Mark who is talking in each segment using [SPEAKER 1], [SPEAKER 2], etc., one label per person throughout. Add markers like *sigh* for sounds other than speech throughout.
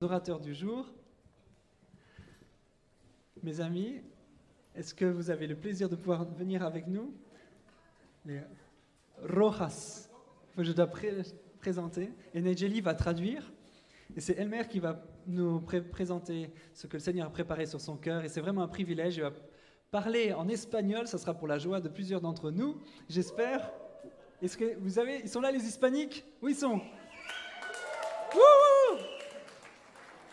[SPEAKER 1] orateurs du jour. Mes amis, est-ce que vous avez le plaisir de pouvoir venir avec nous Les Rojas, que je dois pré- présenter. Et Nejeli va traduire. Et c'est Elmer qui va nous pré- présenter ce que le Seigneur a préparé sur son cœur. Et c'est vraiment un privilège. Il va parler en espagnol. Ça sera pour la joie de plusieurs d'entre nous, j'espère. Est-ce que vous avez. Ils sont là, les hispaniques Où ils sont Wouhou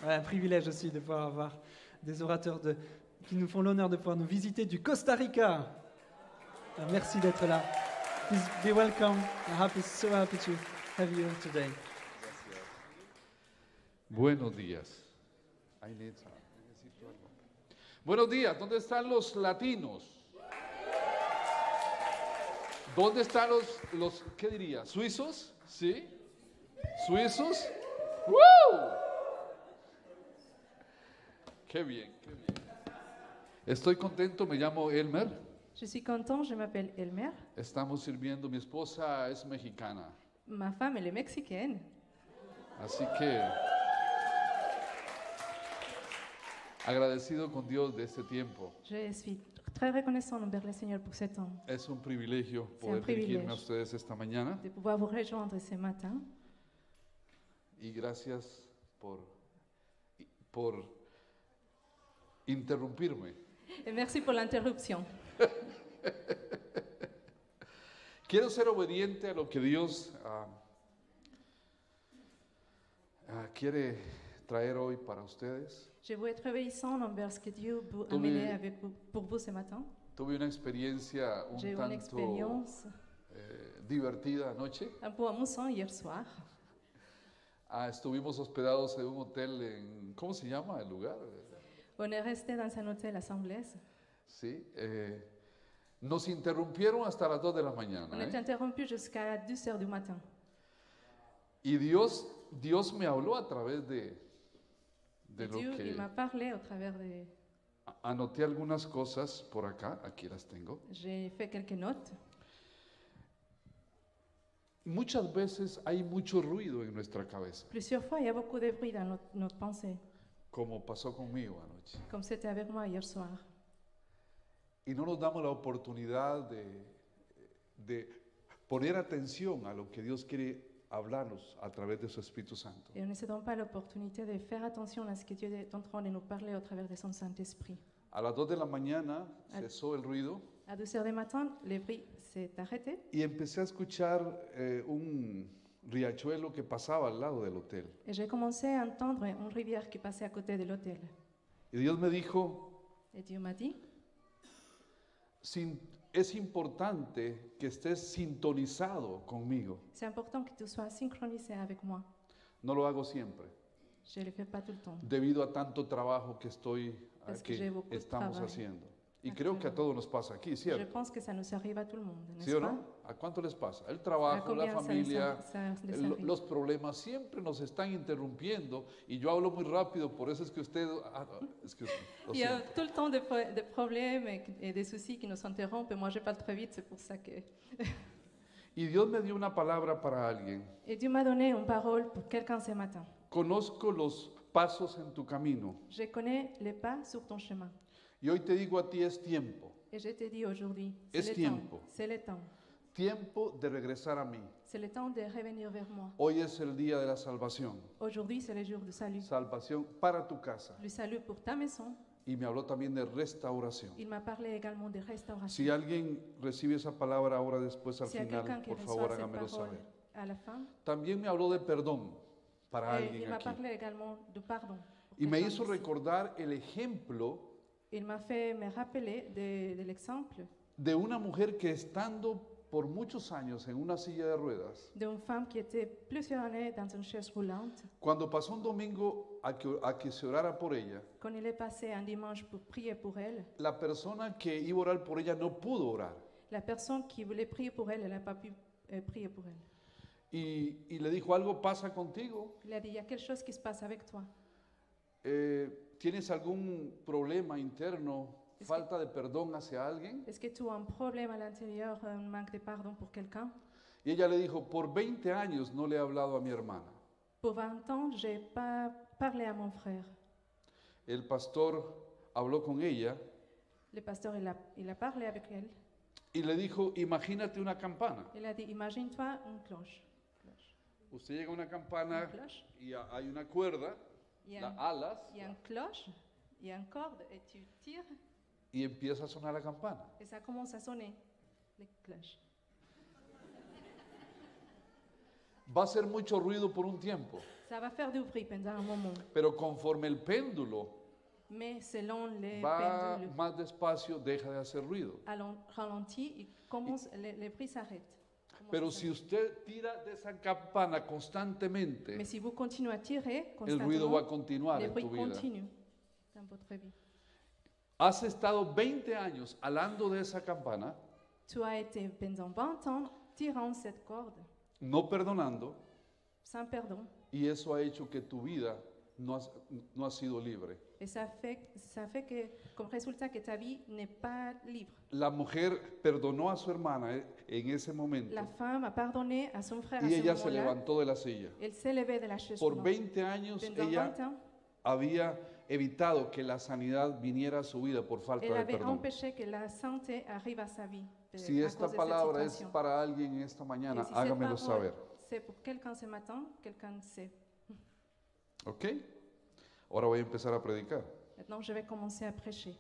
[SPEAKER 1] Ouais, un privilège aussi de pouvoir avoir des orateurs de- qui nous font l'honneur de pouvoir nous visiter du Costa Rica. Alors, merci d'être là. Please be welcome. I'm happy, so happy to have you today.
[SPEAKER 2] Buenos días. I need- necesito algo. Buenos días, ¿dónde están los latinos? ¿Dónde están los, los qué diría? ¿Suizos? ¿Sí? ¿Suizos? ¡Woo! Qué bien, qué bien. Estoy contento, me llamo Elmer.
[SPEAKER 3] Je suis content, je m'appelle Elmer.
[SPEAKER 2] Estamos sirviendo, mi esposa es mexicana.
[SPEAKER 3] Ma femme, elle est mexicaine.
[SPEAKER 2] Así que agradecido con Dios de este tiempo.
[SPEAKER 3] Je suis très reconnaissant envers le Seigneur pour ce temps,
[SPEAKER 2] Es un privilegio
[SPEAKER 3] un
[SPEAKER 2] poder dirigirme
[SPEAKER 3] privilegio.
[SPEAKER 2] a ustedes esta mañana
[SPEAKER 3] de pouvoir vous rejoindre ce matin.
[SPEAKER 2] y gracias por, por interrumpirme.
[SPEAKER 3] Et merci pour l'interruption.
[SPEAKER 2] Quiero ser obediente a lo que Dios ah, ah, quiere traer hoy para ustedes.
[SPEAKER 3] Je veux être obéissant envers ce que Dieu vous a
[SPEAKER 2] Tommy.
[SPEAKER 3] amené avec vous, pour vous ce matin.
[SPEAKER 2] Tuve una experiencia un
[SPEAKER 3] J'ai eu une
[SPEAKER 2] tanto
[SPEAKER 3] expérience
[SPEAKER 2] eh, divertida anoche.
[SPEAKER 3] un peu amusante hier soir.
[SPEAKER 2] Ah, estuvimos hospedados en un hotel en, ¿cómo se llama el lugar?
[SPEAKER 3] On est resté dans un hôtel à Sanglaise.
[SPEAKER 2] Sí. eh, nos interrumpieron hasta las 2 de la mañana.
[SPEAKER 3] On est
[SPEAKER 2] ¿eh?
[SPEAKER 3] interrompu jusqu'à 2h du matin.
[SPEAKER 2] Y Dios, Dios me habló a través de, de
[SPEAKER 3] Et
[SPEAKER 2] lo
[SPEAKER 3] Dieu, il m'a
[SPEAKER 2] que...
[SPEAKER 3] parlé au travers de...
[SPEAKER 2] a- Anoté algunas cosas por acá, aquí las tengo.
[SPEAKER 3] J'ai fait quelques notes.
[SPEAKER 2] Muchas veces hay mucho ruido en nuestra cabeza,
[SPEAKER 3] Plusieurs fois, il y a beaucoup de bruit dans notre- notre pensée.
[SPEAKER 2] como pasó conmigo anoche.
[SPEAKER 3] comme c'était avec moi hier soir.
[SPEAKER 2] Y no nos damos la oportunidad de, de poner atención a lo que Dios quiere hablarnos a través de su Espíritu Santo.
[SPEAKER 3] Et on ne se donne pas l'opportunité de faire attention à ce que Dieu est en train de nous parler au travers de son Saint-Esprit.
[SPEAKER 2] A las 2 de la mañana
[SPEAKER 3] Al-
[SPEAKER 2] cesó el ruido
[SPEAKER 3] À 2 heures du matin, le bruit s'est arrêté
[SPEAKER 2] y empecé a escuchar eh, un riachuelo que pasaba al lado del hotel.
[SPEAKER 3] et j'ai commencé à entendre une rivière qui passait à côté de l'hôtel.
[SPEAKER 2] Y Dios me dijo,
[SPEAKER 3] Et Dieu m'a dit,
[SPEAKER 2] "Sin- es importante que estés sintonizado conmigo.
[SPEAKER 3] c'est important que tu sois synchronisé avec moi.
[SPEAKER 2] No lo hago siempre,
[SPEAKER 3] Je ne le fais pas tout le temps.
[SPEAKER 2] debido a tanto trabajo que estoy, ah,
[SPEAKER 3] Es que
[SPEAKER 2] que
[SPEAKER 3] llevo mucho
[SPEAKER 2] estamos
[SPEAKER 3] trabajo. Ah,
[SPEAKER 2] haciendo. Y creo que a todos nos pasa aquí,
[SPEAKER 3] Je
[SPEAKER 2] ¿cierto?
[SPEAKER 3] pense que ça nous arrive à tout le monde,
[SPEAKER 2] ¿Sí
[SPEAKER 3] n'est-ce
[SPEAKER 2] o
[SPEAKER 3] pas
[SPEAKER 2] no? ¿A cuánto les pasa? El
[SPEAKER 3] À
[SPEAKER 2] trabajo, la
[SPEAKER 3] combien ça, nous
[SPEAKER 2] familia,
[SPEAKER 3] a- ça nous
[SPEAKER 2] Eh, lo-
[SPEAKER 3] arrive
[SPEAKER 2] los problemas siempre nos están interrumpiendo y yo hablo muy rápido, por eso es que usted... ah, ah, es que- lo
[SPEAKER 3] Il y a
[SPEAKER 2] siento.
[SPEAKER 3] tout le temps des, pro- des problèmes et, et des soucis qui nous interrompent et moi je parle très vite, c'est pour ça que...
[SPEAKER 2] y Dios me dio una palabra para alguien.
[SPEAKER 3] Et Dieu m'a donné une parole pour quelqu'un ce matin.
[SPEAKER 2] Conozco los pasos en tu camino
[SPEAKER 3] Je connais les pas sur ton chemin.
[SPEAKER 2] y hoy te digo a ti es tiempo,
[SPEAKER 3] Et je te dis aujourd'hui,
[SPEAKER 2] Es
[SPEAKER 3] c'est le
[SPEAKER 2] tiempo.
[SPEAKER 3] temps. C'est le temps.
[SPEAKER 2] tiempo de regresar a mí.
[SPEAKER 3] C'est le temps de revenir vers moi.
[SPEAKER 2] Hoy es el día de la salvación,
[SPEAKER 3] Aujourd'hui, c'est le jour du salut.
[SPEAKER 2] salvación para tu casa.
[SPEAKER 3] Le salut pour ta maison.
[SPEAKER 2] Y me habló también de restauración.
[SPEAKER 3] Il m'a parlé également de restauration.
[SPEAKER 2] Si alguien recibe esa palabra ahora después al
[SPEAKER 3] S'il y a
[SPEAKER 2] final,
[SPEAKER 3] quelqu'un qui
[SPEAKER 2] por favor
[SPEAKER 3] reçoit cette
[SPEAKER 2] hágamelo
[SPEAKER 3] parole
[SPEAKER 2] saber.
[SPEAKER 3] à la fin,
[SPEAKER 2] También me habló de perdón para
[SPEAKER 3] et il
[SPEAKER 2] alguien
[SPEAKER 3] m'a
[SPEAKER 2] aquí.
[SPEAKER 3] parlé également de pardon. pour
[SPEAKER 2] Y me
[SPEAKER 3] quelqu'un
[SPEAKER 2] hizo
[SPEAKER 3] ici.
[SPEAKER 2] recordar el ejemplo
[SPEAKER 3] Il m'a fait me rappeler de, de l'exemple
[SPEAKER 2] de una mujer que estando por muchos años en una silla de ruedas,
[SPEAKER 3] d'une femme qui était plusieurs années dans une chaise roulante.
[SPEAKER 2] cuando pasó un domingo a que, a que se orara por ella,
[SPEAKER 3] Quand il est passé un dimanche pour prier pour elle,
[SPEAKER 2] la persona que iba a orar por ella no pudo orar.
[SPEAKER 3] la personne qui voulait prier pour elle, elle n'a pas pu euh, prier pour elle.
[SPEAKER 2] Y, y le dijo, algo pasa contigo,
[SPEAKER 3] Il a dit, il y a quelque chose qui se passe avec toi.
[SPEAKER 2] Eh, tienes algún problema interno,
[SPEAKER 3] Es que-
[SPEAKER 2] falta de perdón hacia alguien.
[SPEAKER 3] Est-ce que tu as un problème à l'intérieur, un manque de pardon pour quelqu'un
[SPEAKER 2] Y ella le dijo, por 20 años no le he hablado a mi hermana.
[SPEAKER 3] Pour 20 ans, j'ai pas parler à mon frère.
[SPEAKER 2] El pastor habló con ella
[SPEAKER 3] Le pasteur, il a, il a parlé avec elle.
[SPEAKER 2] y le dijo, imagínate una campana.
[SPEAKER 3] Il a dit, imagine-toi une cloche. Cloche.
[SPEAKER 2] Usted llega a una
[SPEAKER 3] Une
[SPEAKER 2] campana
[SPEAKER 3] cloche.
[SPEAKER 2] y a- hay una cuerda,
[SPEAKER 3] Il y a,
[SPEAKER 2] las
[SPEAKER 3] un-
[SPEAKER 2] alas,
[SPEAKER 3] il y a une cloche, il y a une corde, et tu tires,
[SPEAKER 2] y empieza a sonar la campana.
[SPEAKER 3] et ça commence à sonner, les cloches.
[SPEAKER 2] Va a hacer mucho ruido por un tiempo,
[SPEAKER 3] Ça va faire du bruit pendant un moment,
[SPEAKER 2] pero conforme el péndulo
[SPEAKER 3] mais selon les
[SPEAKER 2] va
[SPEAKER 3] pendules,
[SPEAKER 2] más despacio, deja de hacer ruido.
[SPEAKER 3] allant- ralentit, il commence, les, les bruits s'arrêtent. Commence
[SPEAKER 2] Pero
[SPEAKER 3] à
[SPEAKER 2] si
[SPEAKER 3] s'arrêter.
[SPEAKER 2] usted tira de esa campana constantemente,
[SPEAKER 3] Mais si vous continuez à tirer
[SPEAKER 2] el ruido va a
[SPEAKER 3] constamment,
[SPEAKER 2] continuar
[SPEAKER 3] les
[SPEAKER 2] en
[SPEAKER 3] bruits
[SPEAKER 2] tu vida.
[SPEAKER 3] continuent dans votre vie.
[SPEAKER 2] Has estado 20 años hablando de esa campana,
[SPEAKER 3] Tu as été pendant 20 ans tirant cette corde,
[SPEAKER 2] no perdonando,
[SPEAKER 3] sans pardon,
[SPEAKER 2] y eso ha hecho que tu vida no has- no ha sido libre.
[SPEAKER 3] et ça fait, ça fait que, comme résultat que ta vie n'est pas libre.
[SPEAKER 2] La mujer perdonó a su hermana eh, en ese momento
[SPEAKER 3] La femme a pardonné à son frère à
[SPEAKER 2] y
[SPEAKER 3] ce
[SPEAKER 2] ella se
[SPEAKER 3] moment-là.
[SPEAKER 2] levantó de la silla.
[SPEAKER 3] Elle s'est levée de la chaise
[SPEAKER 2] Por
[SPEAKER 3] roulante.
[SPEAKER 2] 20 años
[SPEAKER 3] Pendant
[SPEAKER 2] ella
[SPEAKER 3] 20 ans,
[SPEAKER 2] había evitado que la sanidad viniera a su vida por falta
[SPEAKER 3] elle
[SPEAKER 2] de
[SPEAKER 3] avait
[SPEAKER 2] perdón.
[SPEAKER 3] empêché que la santé arrive à sa vie. de-
[SPEAKER 2] Si
[SPEAKER 3] à
[SPEAKER 2] esta
[SPEAKER 3] cause de cette
[SPEAKER 2] palabra es
[SPEAKER 3] situation.
[SPEAKER 2] para alguien esta mañana,
[SPEAKER 3] Et si cette
[SPEAKER 2] hágamelo
[SPEAKER 3] parole,
[SPEAKER 2] saber.
[SPEAKER 3] C'est pour quelqu'un ce matin, quelqu'un sait.
[SPEAKER 2] ¿Ok? Ahora voy a empezar a predicar.
[SPEAKER 3] Maintenant, je vais commencer à prêcher.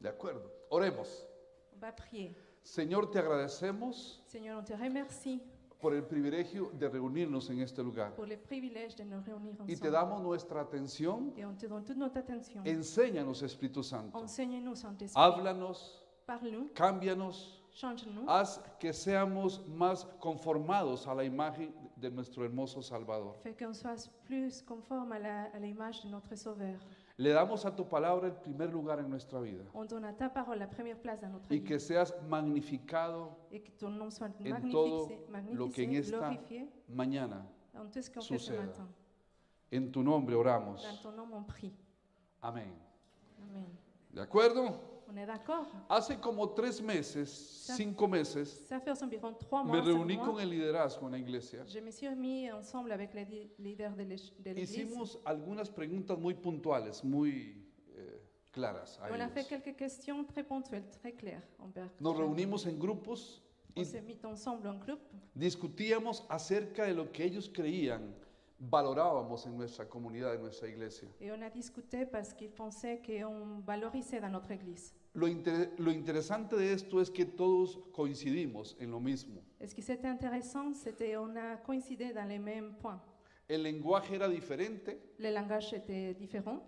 [SPEAKER 2] De acuerdo. Oremos.
[SPEAKER 3] On va prier.
[SPEAKER 2] Señor, te agradecemos
[SPEAKER 3] Seigneur, on te remercie
[SPEAKER 2] por el privilegio de reunirnos en este lugar
[SPEAKER 3] pour le privilège de nous réunir
[SPEAKER 2] y te
[SPEAKER 3] ensemble.
[SPEAKER 2] damos nuestra atención.
[SPEAKER 3] Et on te donne toute notre attention.
[SPEAKER 2] Enséñanos, Espíritu Santo.
[SPEAKER 3] Enseigne-nous, Saint-Esprit.
[SPEAKER 2] Háblanos,
[SPEAKER 3] Parle-nous,
[SPEAKER 2] cámbianos.
[SPEAKER 3] change-nous.
[SPEAKER 2] Haz que seamos más conformados a la imagen de nuestro hermoso Salvador.
[SPEAKER 3] Fais qu'on soit plus conforme à la- à l'image de notre Sauveur.
[SPEAKER 2] Le damos a tu palabra el primer lugar en nuestra vida
[SPEAKER 3] On donne à ta parole la première place dans notre
[SPEAKER 2] y
[SPEAKER 3] vie.
[SPEAKER 2] que seas magnificado
[SPEAKER 3] Et que ton nom soit
[SPEAKER 2] en todo
[SPEAKER 3] magnifié,
[SPEAKER 2] lo que en
[SPEAKER 3] magnifié,
[SPEAKER 2] esta
[SPEAKER 3] glorifié
[SPEAKER 2] mañana.
[SPEAKER 3] dans tout ce qu'on fait ce
[SPEAKER 2] suceda.
[SPEAKER 3] matin.
[SPEAKER 2] En tu nombre oramos.
[SPEAKER 3] Dans ton nom, on prie.
[SPEAKER 2] Amén.
[SPEAKER 3] Amen.
[SPEAKER 2] ¿De acuerdo?
[SPEAKER 3] On est d'accord
[SPEAKER 2] Hace como tres meses, cinco meses,
[SPEAKER 3] Ça fait environ trois mois.
[SPEAKER 2] me
[SPEAKER 3] cinq
[SPEAKER 2] reuní
[SPEAKER 3] mois,
[SPEAKER 2] con el liderazgo en la iglesia.
[SPEAKER 3] Je me suis remis ensemble avec les li- leaders de l'Église. de l'Église.
[SPEAKER 2] Hicimos algunas preguntas muy puntuales, muy eh, claras. a
[SPEAKER 3] On a fait
[SPEAKER 2] ellos.
[SPEAKER 3] quelques questions très ponctuelles, très claires. Envers
[SPEAKER 2] Nos
[SPEAKER 3] chacun.
[SPEAKER 2] reunimos en grupos
[SPEAKER 3] On
[SPEAKER 2] y
[SPEAKER 3] s'est mis ensemble en groupe
[SPEAKER 2] discutíamos acerca de lo que ellos creían valorábamos en nuestra comunidad, en nuestra iglesia.
[SPEAKER 3] et on a discuté parce qu'ils pensaient qu'on valorisait dans notre Église.
[SPEAKER 2] Lo, inter- lo interesante de esto es que todos coincidimos en lo mismo.
[SPEAKER 3] Et ce qui c'était intéressant, c'était on a coïncidé dans les mêmes points.
[SPEAKER 2] El lenguaje era diferente,
[SPEAKER 3] Le langage était différent,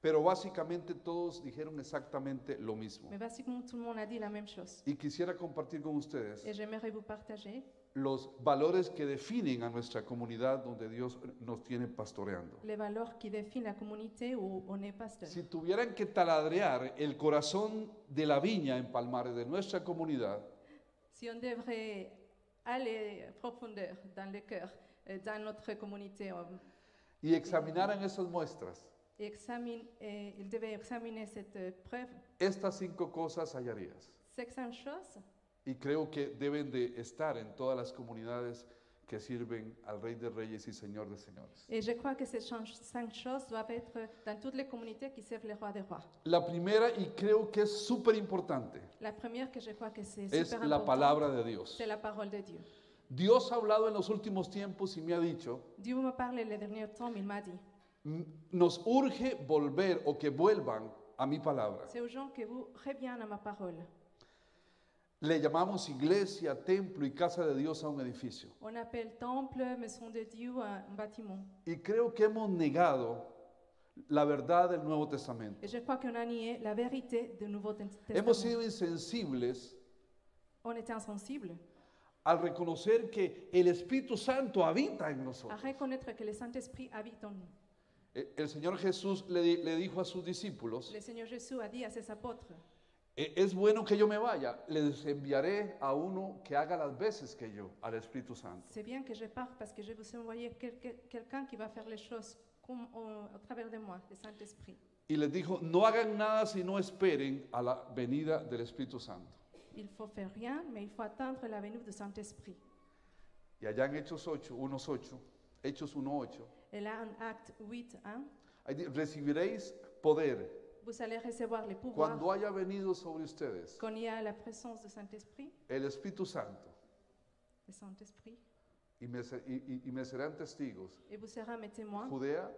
[SPEAKER 2] pero básicamente todos dijeron exactamente lo mismo.
[SPEAKER 3] mais basiquement tout le monde a dit la même chose.
[SPEAKER 2] Y quisiera compartir con
[SPEAKER 3] Et
[SPEAKER 2] ustedes
[SPEAKER 3] j'aimerais vous partager
[SPEAKER 2] los valores que definen a nuestra comunidad donde Dios nos tiene pastoreando.
[SPEAKER 3] les valeurs qui définissent la communauté où on est pasteur.
[SPEAKER 2] Si tuvieran que taladrear el corazón de la viña en Palmares de nuestra comunidad,
[SPEAKER 3] Si on devrait aller en profondeur dans le cœur, euh, dans notre communauté, on-
[SPEAKER 2] y examinaran esas muestras,
[SPEAKER 3] et examine, et il devait examiner cette euh, preuve,
[SPEAKER 2] estas cinco cosas hallarías.
[SPEAKER 3] c'est que cinq choses
[SPEAKER 2] Y creo que deben de estar en todas las comunidades que sirven al Rey de Reyes y Señor de Señores.
[SPEAKER 3] Et je crois que ces chan- cinq choses doivent être dans toutes les communautés qui servent le roi des rois.
[SPEAKER 2] La primera, y creo que es súper importante,
[SPEAKER 3] La première que je crois que c'est
[SPEAKER 2] es
[SPEAKER 3] super
[SPEAKER 2] la
[SPEAKER 3] important,
[SPEAKER 2] palabra de Dios.
[SPEAKER 3] c'est la parole de Dieu.
[SPEAKER 2] Dios ha hablado en los últimos tiempos y me ha dicho,
[SPEAKER 3] Dieu me parlé les derniers temps, mais il m'a dit,
[SPEAKER 2] "M- nos urge volver o que vuelvan a mi palabra.
[SPEAKER 3] c'est aux gens que vous revient à ma parole.
[SPEAKER 2] Le llamamos iglesia, templo y casa de Dios a un edificio.
[SPEAKER 3] On appelle temple, maison de Dieu, euh, un un bâtiment.
[SPEAKER 2] Y creo que hemos negado la verdad del Nuevo Testamento.
[SPEAKER 3] Et je crois qu'on a nié la vérité du Nouveau Tes-
[SPEAKER 2] Hemos
[SPEAKER 3] Testament.
[SPEAKER 2] sido insensibles
[SPEAKER 3] On était insensible
[SPEAKER 2] al reconocer que el Espíritu Santo habita en
[SPEAKER 3] à
[SPEAKER 2] nosotros.
[SPEAKER 3] reconnaître que le Saint-Esprit habite en nous.
[SPEAKER 2] E- El Señor Jesús le, di- le dijo a sus discípulos,
[SPEAKER 3] Le Seigneur Jésus a dit à ses apôtres,
[SPEAKER 2] "E- es bueno que yo me vaya, les enviaré a uno que haga las veces que yo, al Espíritu Santo.
[SPEAKER 3] c'est bien que je parte parce que je vous envoyer quelqu'un qui va faire les choses comme au, au travers de moi, le Saint-Esprit.
[SPEAKER 2] Y les dijo, no hagan nada si no esperen a la venida del Espíritu Santo.
[SPEAKER 3] Il faut faire rien, mais il faut attendre la venue du Saint-Esprit.
[SPEAKER 2] Y allá en Hechos 8, 1.8, Hechos 1.8,
[SPEAKER 3] Et là, en acte 8, 1,
[SPEAKER 2] Ahí di- Recibiréis poder
[SPEAKER 3] vous allez recevoir les pouvoirs
[SPEAKER 2] cuando haya venido sobre ustedes
[SPEAKER 3] quand il y a la présence du Saint-Esprit,
[SPEAKER 2] el Espíritu Santo
[SPEAKER 3] le Saint-Esprit,
[SPEAKER 2] y me, se- y- y- y me serán testigos
[SPEAKER 3] et vous serez mes témoins,
[SPEAKER 2] Judea,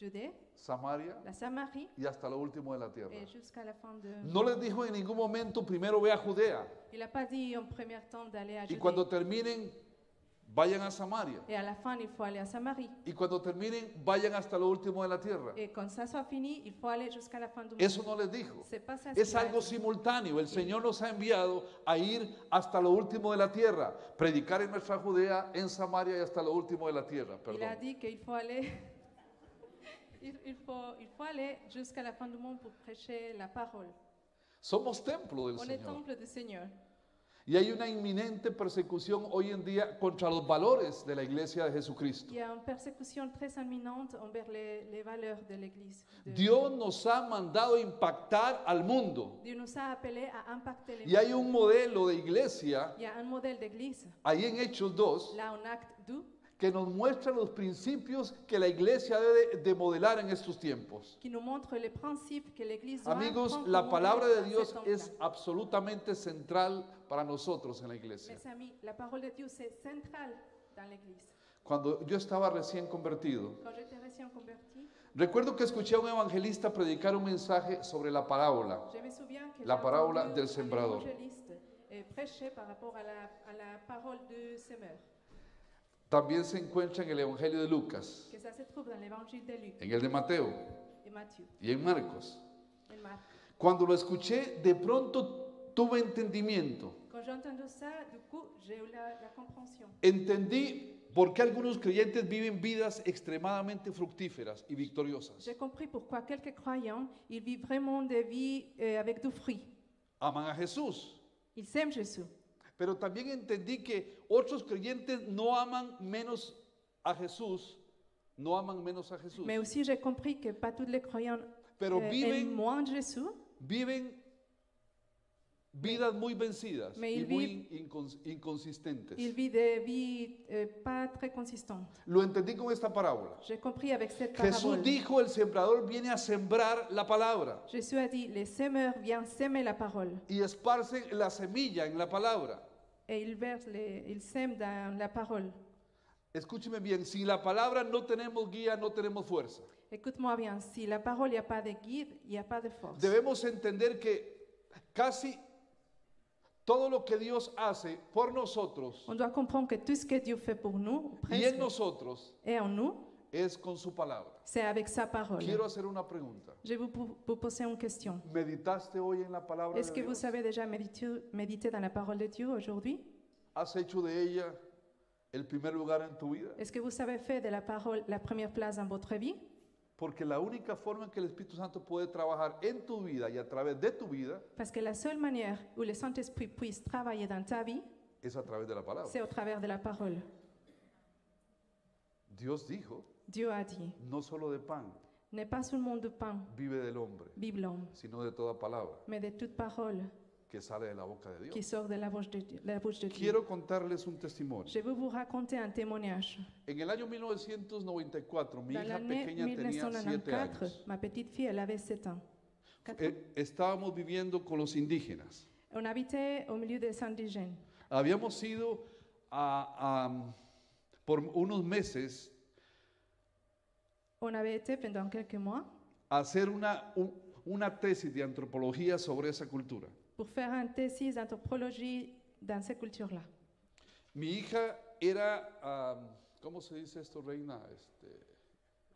[SPEAKER 3] Judée,
[SPEAKER 2] Samaria
[SPEAKER 3] la Samarie,
[SPEAKER 2] y hasta lo último de la tierra.
[SPEAKER 3] et jusqu'à la fin de...
[SPEAKER 2] No les dijo en ningún momento primero ve a Judea
[SPEAKER 3] Il n'a pas dit en premier temps d'aller à
[SPEAKER 2] y
[SPEAKER 3] Judée.
[SPEAKER 2] cuando terminen vayan a Samaria
[SPEAKER 3] Et à la fin, il faut aller à Samarie.
[SPEAKER 2] y cuando terminen vayan hasta lo último de la tierra.
[SPEAKER 3] Et quand ça soit fini, il faut aller jusqu'à la fin du monde.
[SPEAKER 2] Eso no les dijo.
[SPEAKER 3] C'est pas ça. ce
[SPEAKER 2] Es
[SPEAKER 3] qu'il a
[SPEAKER 2] algo
[SPEAKER 3] dit.
[SPEAKER 2] simultáneo. El Señor nos ha enviado a ir hasta lo último de la tierra, predicar en nuestra Judea, en Samaria y hasta lo último de la tierra.
[SPEAKER 3] Il a
[SPEAKER 2] Perdón.
[SPEAKER 3] dit qu'il faut aller. *laughs* il, il faut, il faut aller jusqu'à la fin du monde pour prêcher la parole.
[SPEAKER 2] Somos templo del
[SPEAKER 3] On est
[SPEAKER 2] Señor.
[SPEAKER 3] temple du Seigneur.
[SPEAKER 2] Y hay una inminente persecución hoy en día contra los valores de la iglesia de Jesucristo.
[SPEAKER 3] Il y a une persécution très imminente envers les, les valeurs de l'Église. de-
[SPEAKER 2] Dios nos ha mandado impactar al mundo.
[SPEAKER 3] Dieu nous a appelés à impacter les
[SPEAKER 2] Y hay un modelo de iglesia,
[SPEAKER 3] Il y a un modèle d'Église,
[SPEAKER 2] ahí en Hechos 2,
[SPEAKER 3] là en acte 2,
[SPEAKER 2] que nos muestra los principios que la iglesia debe de modelar en estos tiempos.
[SPEAKER 3] qui nous montre les principes que l'Église doit
[SPEAKER 2] Amigos,
[SPEAKER 3] prendre
[SPEAKER 2] la
[SPEAKER 3] pour
[SPEAKER 2] palabra
[SPEAKER 3] modeler
[SPEAKER 2] de
[SPEAKER 3] dans
[SPEAKER 2] Dios
[SPEAKER 3] cet homme-là.
[SPEAKER 2] es absolutamente central para nosotros en la iglesia.
[SPEAKER 3] Mes amis, la parole de Dieu, c'est central dans l'Église.
[SPEAKER 2] Cuando yo estaba recién convertido,
[SPEAKER 3] Quand j'étais recién convertie,
[SPEAKER 2] recuerdo que escuché a un evangelista predicar un mensaje sobre la parábola.
[SPEAKER 3] je me souviens que
[SPEAKER 2] La
[SPEAKER 3] j'ai
[SPEAKER 2] parábola
[SPEAKER 3] entendu
[SPEAKER 2] del
[SPEAKER 3] un
[SPEAKER 2] sembrador.
[SPEAKER 3] évangéliste, euh, prêcher par rapport à la, à la parole du semeur,
[SPEAKER 2] También se encuentra en el Evangelio de Lucas,
[SPEAKER 3] que ça se trouve dans l'évangile de Luc
[SPEAKER 2] en el de Mateo
[SPEAKER 3] et Matthieu
[SPEAKER 2] y en Marcos.
[SPEAKER 3] et Marc.
[SPEAKER 2] Cuando lo escuché, de pronto tuve entendimiento.
[SPEAKER 3] Quand j'ai entendu ça, du coup, j'ai eu la, la compréhension.
[SPEAKER 2] Entendí por qué algunos creyentes viven vidas extremadamente fructíferas y victoriosas.
[SPEAKER 3] J'ai compris pourquoi quelques croyants, ils vivent vraiment des vies euh, avec du fruit.
[SPEAKER 2] Aman a Jesús,
[SPEAKER 3] Ils aiment Jésus.
[SPEAKER 2] Pero también entendí que otros creyentes no aman menos a Jesús, no aman menos a Jesús,
[SPEAKER 3] Mais aussi, j'ai compris que pas tous les croyants
[SPEAKER 2] pero
[SPEAKER 3] euh, aiment
[SPEAKER 2] viven,
[SPEAKER 3] moins Jésus,
[SPEAKER 2] viven vidas muy vencidas
[SPEAKER 3] Me
[SPEAKER 2] y
[SPEAKER 3] il
[SPEAKER 2] muy incons- inconsistentes.
[SPEAKER 3] ils vivent des vies euh, pas très consistantes.
[SPEAKER 2] Lo entendí con esta parábola.
[SPEAKER 3] J'ai compris avec cette
[SPEAKER 2] Jesús
[SPEAKER 3] parabole.
[SPEAKER 2] dijo, el sembrador viene a sembrar la palabra
[SPEAKER 3] Jésus a dit, les semeurs viennent semer la parole
[SPEAKER 2] y esparce la semilla en la palabra.
[SPEAKER 3] et ils versent, les, ils sèment dans la parole.
[SPEAKER 2] Escúcheme bien, sin la palabra no tenemos guía, no tenemos fuerza.
[SPEAKER 3] Écoute-moi bien, si la parole, il n'y a pas de guide, il n'y a pas de force.
[SPEAKER 2] Debemos entender que casi todo lo que Dios hace por nosotros
[SPEAKER 3] On doit comprendre que tout ce que Dieu fait pour nous,
[SPEAKER 2] y
[SPEAKER 3] presque,
[SPEAKER 2] en nosotros
[SPEAKER 3] et en nous,
[SPEAKER 2] es con su palabra.
[SPEAKER 3] c'est avec sa parole.
[SPEAKER 2] Quiero hacer una pregunta.
[SPEAKER 3] Je vais vous, po- vous poser une question.
[SPEAKER 2] ¿Meditaste hoy en la palabra
[SPEAKER 3] Est-ce
[SPEAKER 2] de
[SPEAKER 3] que
[SPEAKER 2] Dios?
[SPEAKER 3] vous avez déjà médité, médité dans la parole de Dieu aujourd'hui
[SPEAKER 2] ¿Has hecho de ella el primer lugar en tu vida?
[SPEAKER 3] Est-ce que vous avez fait de la parole la première place dans votre vie
[SPEAKER 2] Porque la única forma en que el Espíritu Santo puede trabajar en tu vida y a través de tu vida
[SPEAKER 3] Parce que la seule manière où le Saint-Esprit puisse travailler dans ta vie,
[SPEAKER 2] es a través de la palabra.
[SPEAKER 3] c'est au travers de la parole.
[SPEAKER 2] Dios dijo,
[SPEAKER 3] Dieu a dit,
[SPEAKER 2] no solo de pan
[SPEAKER 3] n'est pas seulement de pain,
[SPEAKER 2] vive del hombre,
[SPEAKER 3] Bible homme,
[SPEAKER 2] sino de toda palabra
[SPEAKER 3] mais de toute parole
[SPEAKER 2] que sale de la boca de Dios.
[SPEAKER 3] qui sort de la bouche de, Dieu- la bouche de Dieu.
[SPEAKER 2] Quiero contarles un testimonio.
[SPEAKER 3] Je vais vous raconter un témoignage.
[SPEAKER 2] En el año 1994, mi
[SPEAKER 3] Dans
[SPEAKER 2] hija
[SPEAKER 3] l'année
[SPEAKER 2] pequeña tenía 7
[SPEAKER 3] 1994,
[SPEAKER 2] años.
[SPEAKER 3] ma petite fille, elle avait 7 ans. Quatre ans.
[SPEAKER 2] Eh, estábamos viviendo con los indígenas.
[SPEAKER 3] On habitait au milieu des indigènes.
[SPEAKER 2] Habíamos ido a- a- por unos meses
[SPEAKER 3] On avait été pendant quelques mois
[SPEAKER 2] a hacer una, un- una tesis de antropología sobre esa cultura.
[SPEAKER 3] pour faire un thesis d'anthropologie dans ces cultures-là.
[SPEAKER 2] Mi hija era, ah, ¿cómo se dice esto, Reina? Este,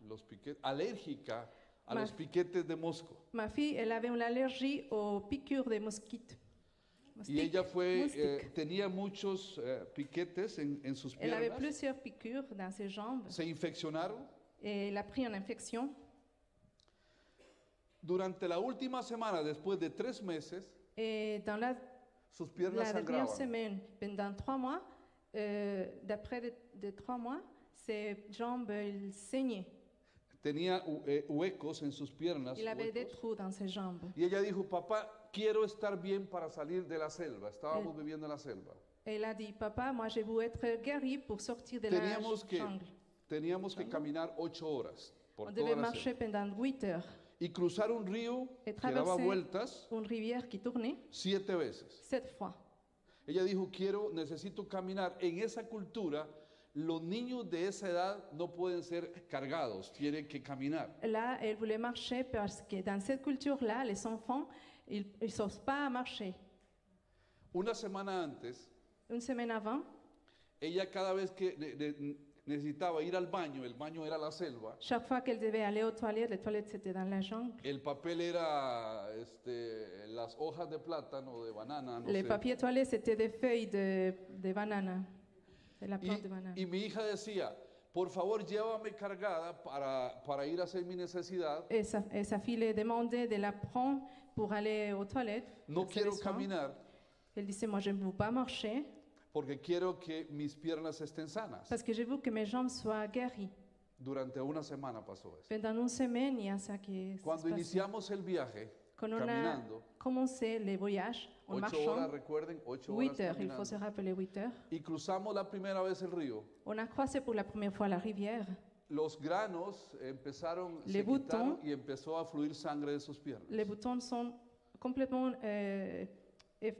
[SPEAKER 2] los piquetes, alérgica a
[SPEAKER 3] Mas-
[SPEAKER 2] los piquetes de mosco.
[SPEAKER 3] Ma fille, elle avait une allergie aux piqûres des mosquites.
[SPEAKER 2] Y
[SPEAKER 3] Moustiques.
[SPEAKER 2] ella fue, eh,
[SPEAKER 3] Moustiques.
[SPEAKER 2] tenía muchos eh, piquetes en, en sus
[SPEAKER 3] elle avait
[SPEAKER 2] piernas.
[SPEAKER 3] plusieurs piqûres dans ses jambes
[SPEAKER 2] se infeccionaron.
[SPEAKER 3] et elle a pris une infection.
[SPEAKER 2] Durante la última semana, después de tres meses,
[SPEAKER 3] Et dans la,
[SPEAKER 2] sus piernas
[SPEAKER 3] la dernière
[SPEAKER 2] sangraban.
[SPEAKER 3] semaine, pendant trois mois, euh, d'après de, de trois mois, ses jambes elles saignaient.
[SPEAKER 2] Tenía hu- eh, huecos en sus piernas.
[SPEAKER 3] Il avait des
[SPEAKER 2] huecos.
[SPEAKER 3] trous dans ses jambes.
[SPEAKER 2] Y ella dijo, papá, quiero estar bien para salir de la selva. Estábamos viviendo en la selva.
[SPEAKER 3] Et elle a dit, papa, moi je veux être guérie pour sortir de
[SPEAKER 2] Teníamos
[SPEAKER 3] la
[SPEAKER 2] que-
[SPEAKER 3] jungle.
[SPEAKER 2] teníamos que caminar ocho horas
[SPEAKER 3] On
[SPEAKER 2] por
[SPEAKER 3] devait
[SPEAKER 2] toda la
[SPEAKER 3] marcher
[SPEAKER 2] selva.
[SPEAKER 3] pendant 8 heures.
[SPEAKER 2] y cruzar un río
[SPEAKER 3] Et
[SPEAKER 2] que daba
[SPEAKER 3] traverser-
[SPEAKER 2] vueltas
[SPEAKER 3] Une rivière qui tournait
[SPEAKER 2] siete veces.
[SPEAKER 3] sept fois.
[SPEAKER 2] Ella dijo, quiero, necesito caminar. En esa cultura, los niños de esa edad no pueden ser cargados, tienen que caminar.
[SPEAKER 3] Là, elle voulait marcher parce que dans cette culture-là, les enfants, ils ne savent pas marcher.
[SPEAKER 2] Una semana antes,
[SPEAKER 3] Une semaine avant,
[SPEAKER 2] ella cada vez que ne- ne- necesitaba ir al baño, el baño era la selva,
[SPEAKER 3] chaque fois qu'elle devait aller aux toilettes, les toilettes c'était dans la jungle,
[SPEAKER 2] el papel era este, las hojas de plátano, de banana, no
[SPEAKER 3] les
[SPEAKER 2] sé.
[SPEAKER 3] papiers toilettes c'était des feuilles de, de banane, de la plante de banane.
[SPEAKER 2] Y, y mi hija decía, por favor llévame cargada para, para ir a hacer mi necesidad.
[SPEAKER 3] Et sa, et sa fille lui demandait de la prendre pour aller aux toilettes.
[SPEAKER 2] No
[SPEAKER 3] faire ses
[SPEAKER 2] quiero
[SPEAKER 3] soins.
[SPEAKER 2] caminar
[SPEAKER 3] hein? Elle disait, moi je ne veux pas marcher
[SPEAKER 2] porque quiero que mis piernas estén sanas.
[SPEAKER 3] parce que je veux que mes jambes soient guéries.
[SPEAKER 2] Durante una semana pasó eso.
[SPEAKER 3] Pendant une semaine, il y a ça qui se
[SPEAKER 2] Cuando
[SPEAKER 3] passe.
[SPEAKER 2] iniciamos el viaje,
[SPEAKER 3] Quand on a
[SPEAKER 2] caminando,
[SPEAKER 3] commencé les voyages en
[SPEAKER 2] ocho
[SPEAKER 3] marchant,
[SPEAKER 2] horas, recuerden, ocho
[SPEAKER 3] 8
[SPEAKER 2] horas
[SPEAKER 3] heures, il faut se
[SPEAKER 2] caminando,
[SPEAKER 3] rappeler 8 heures.
[SPEAKER 2] y cruzamos la primera vez el río,
[SPEAKER 3] On a croisé pour la première fois la rivière.
[SPEAKER 2] los granos empezaron,
[SPEAKER 3] Les
[SPEAKER 2] se quitaron
[SPEAKER 3] boutons.
[SPEAKER 2] y empezó a fluir sangre de sus piernas.
[SPEAKER 3] Les boutons sont complètement euh, eff-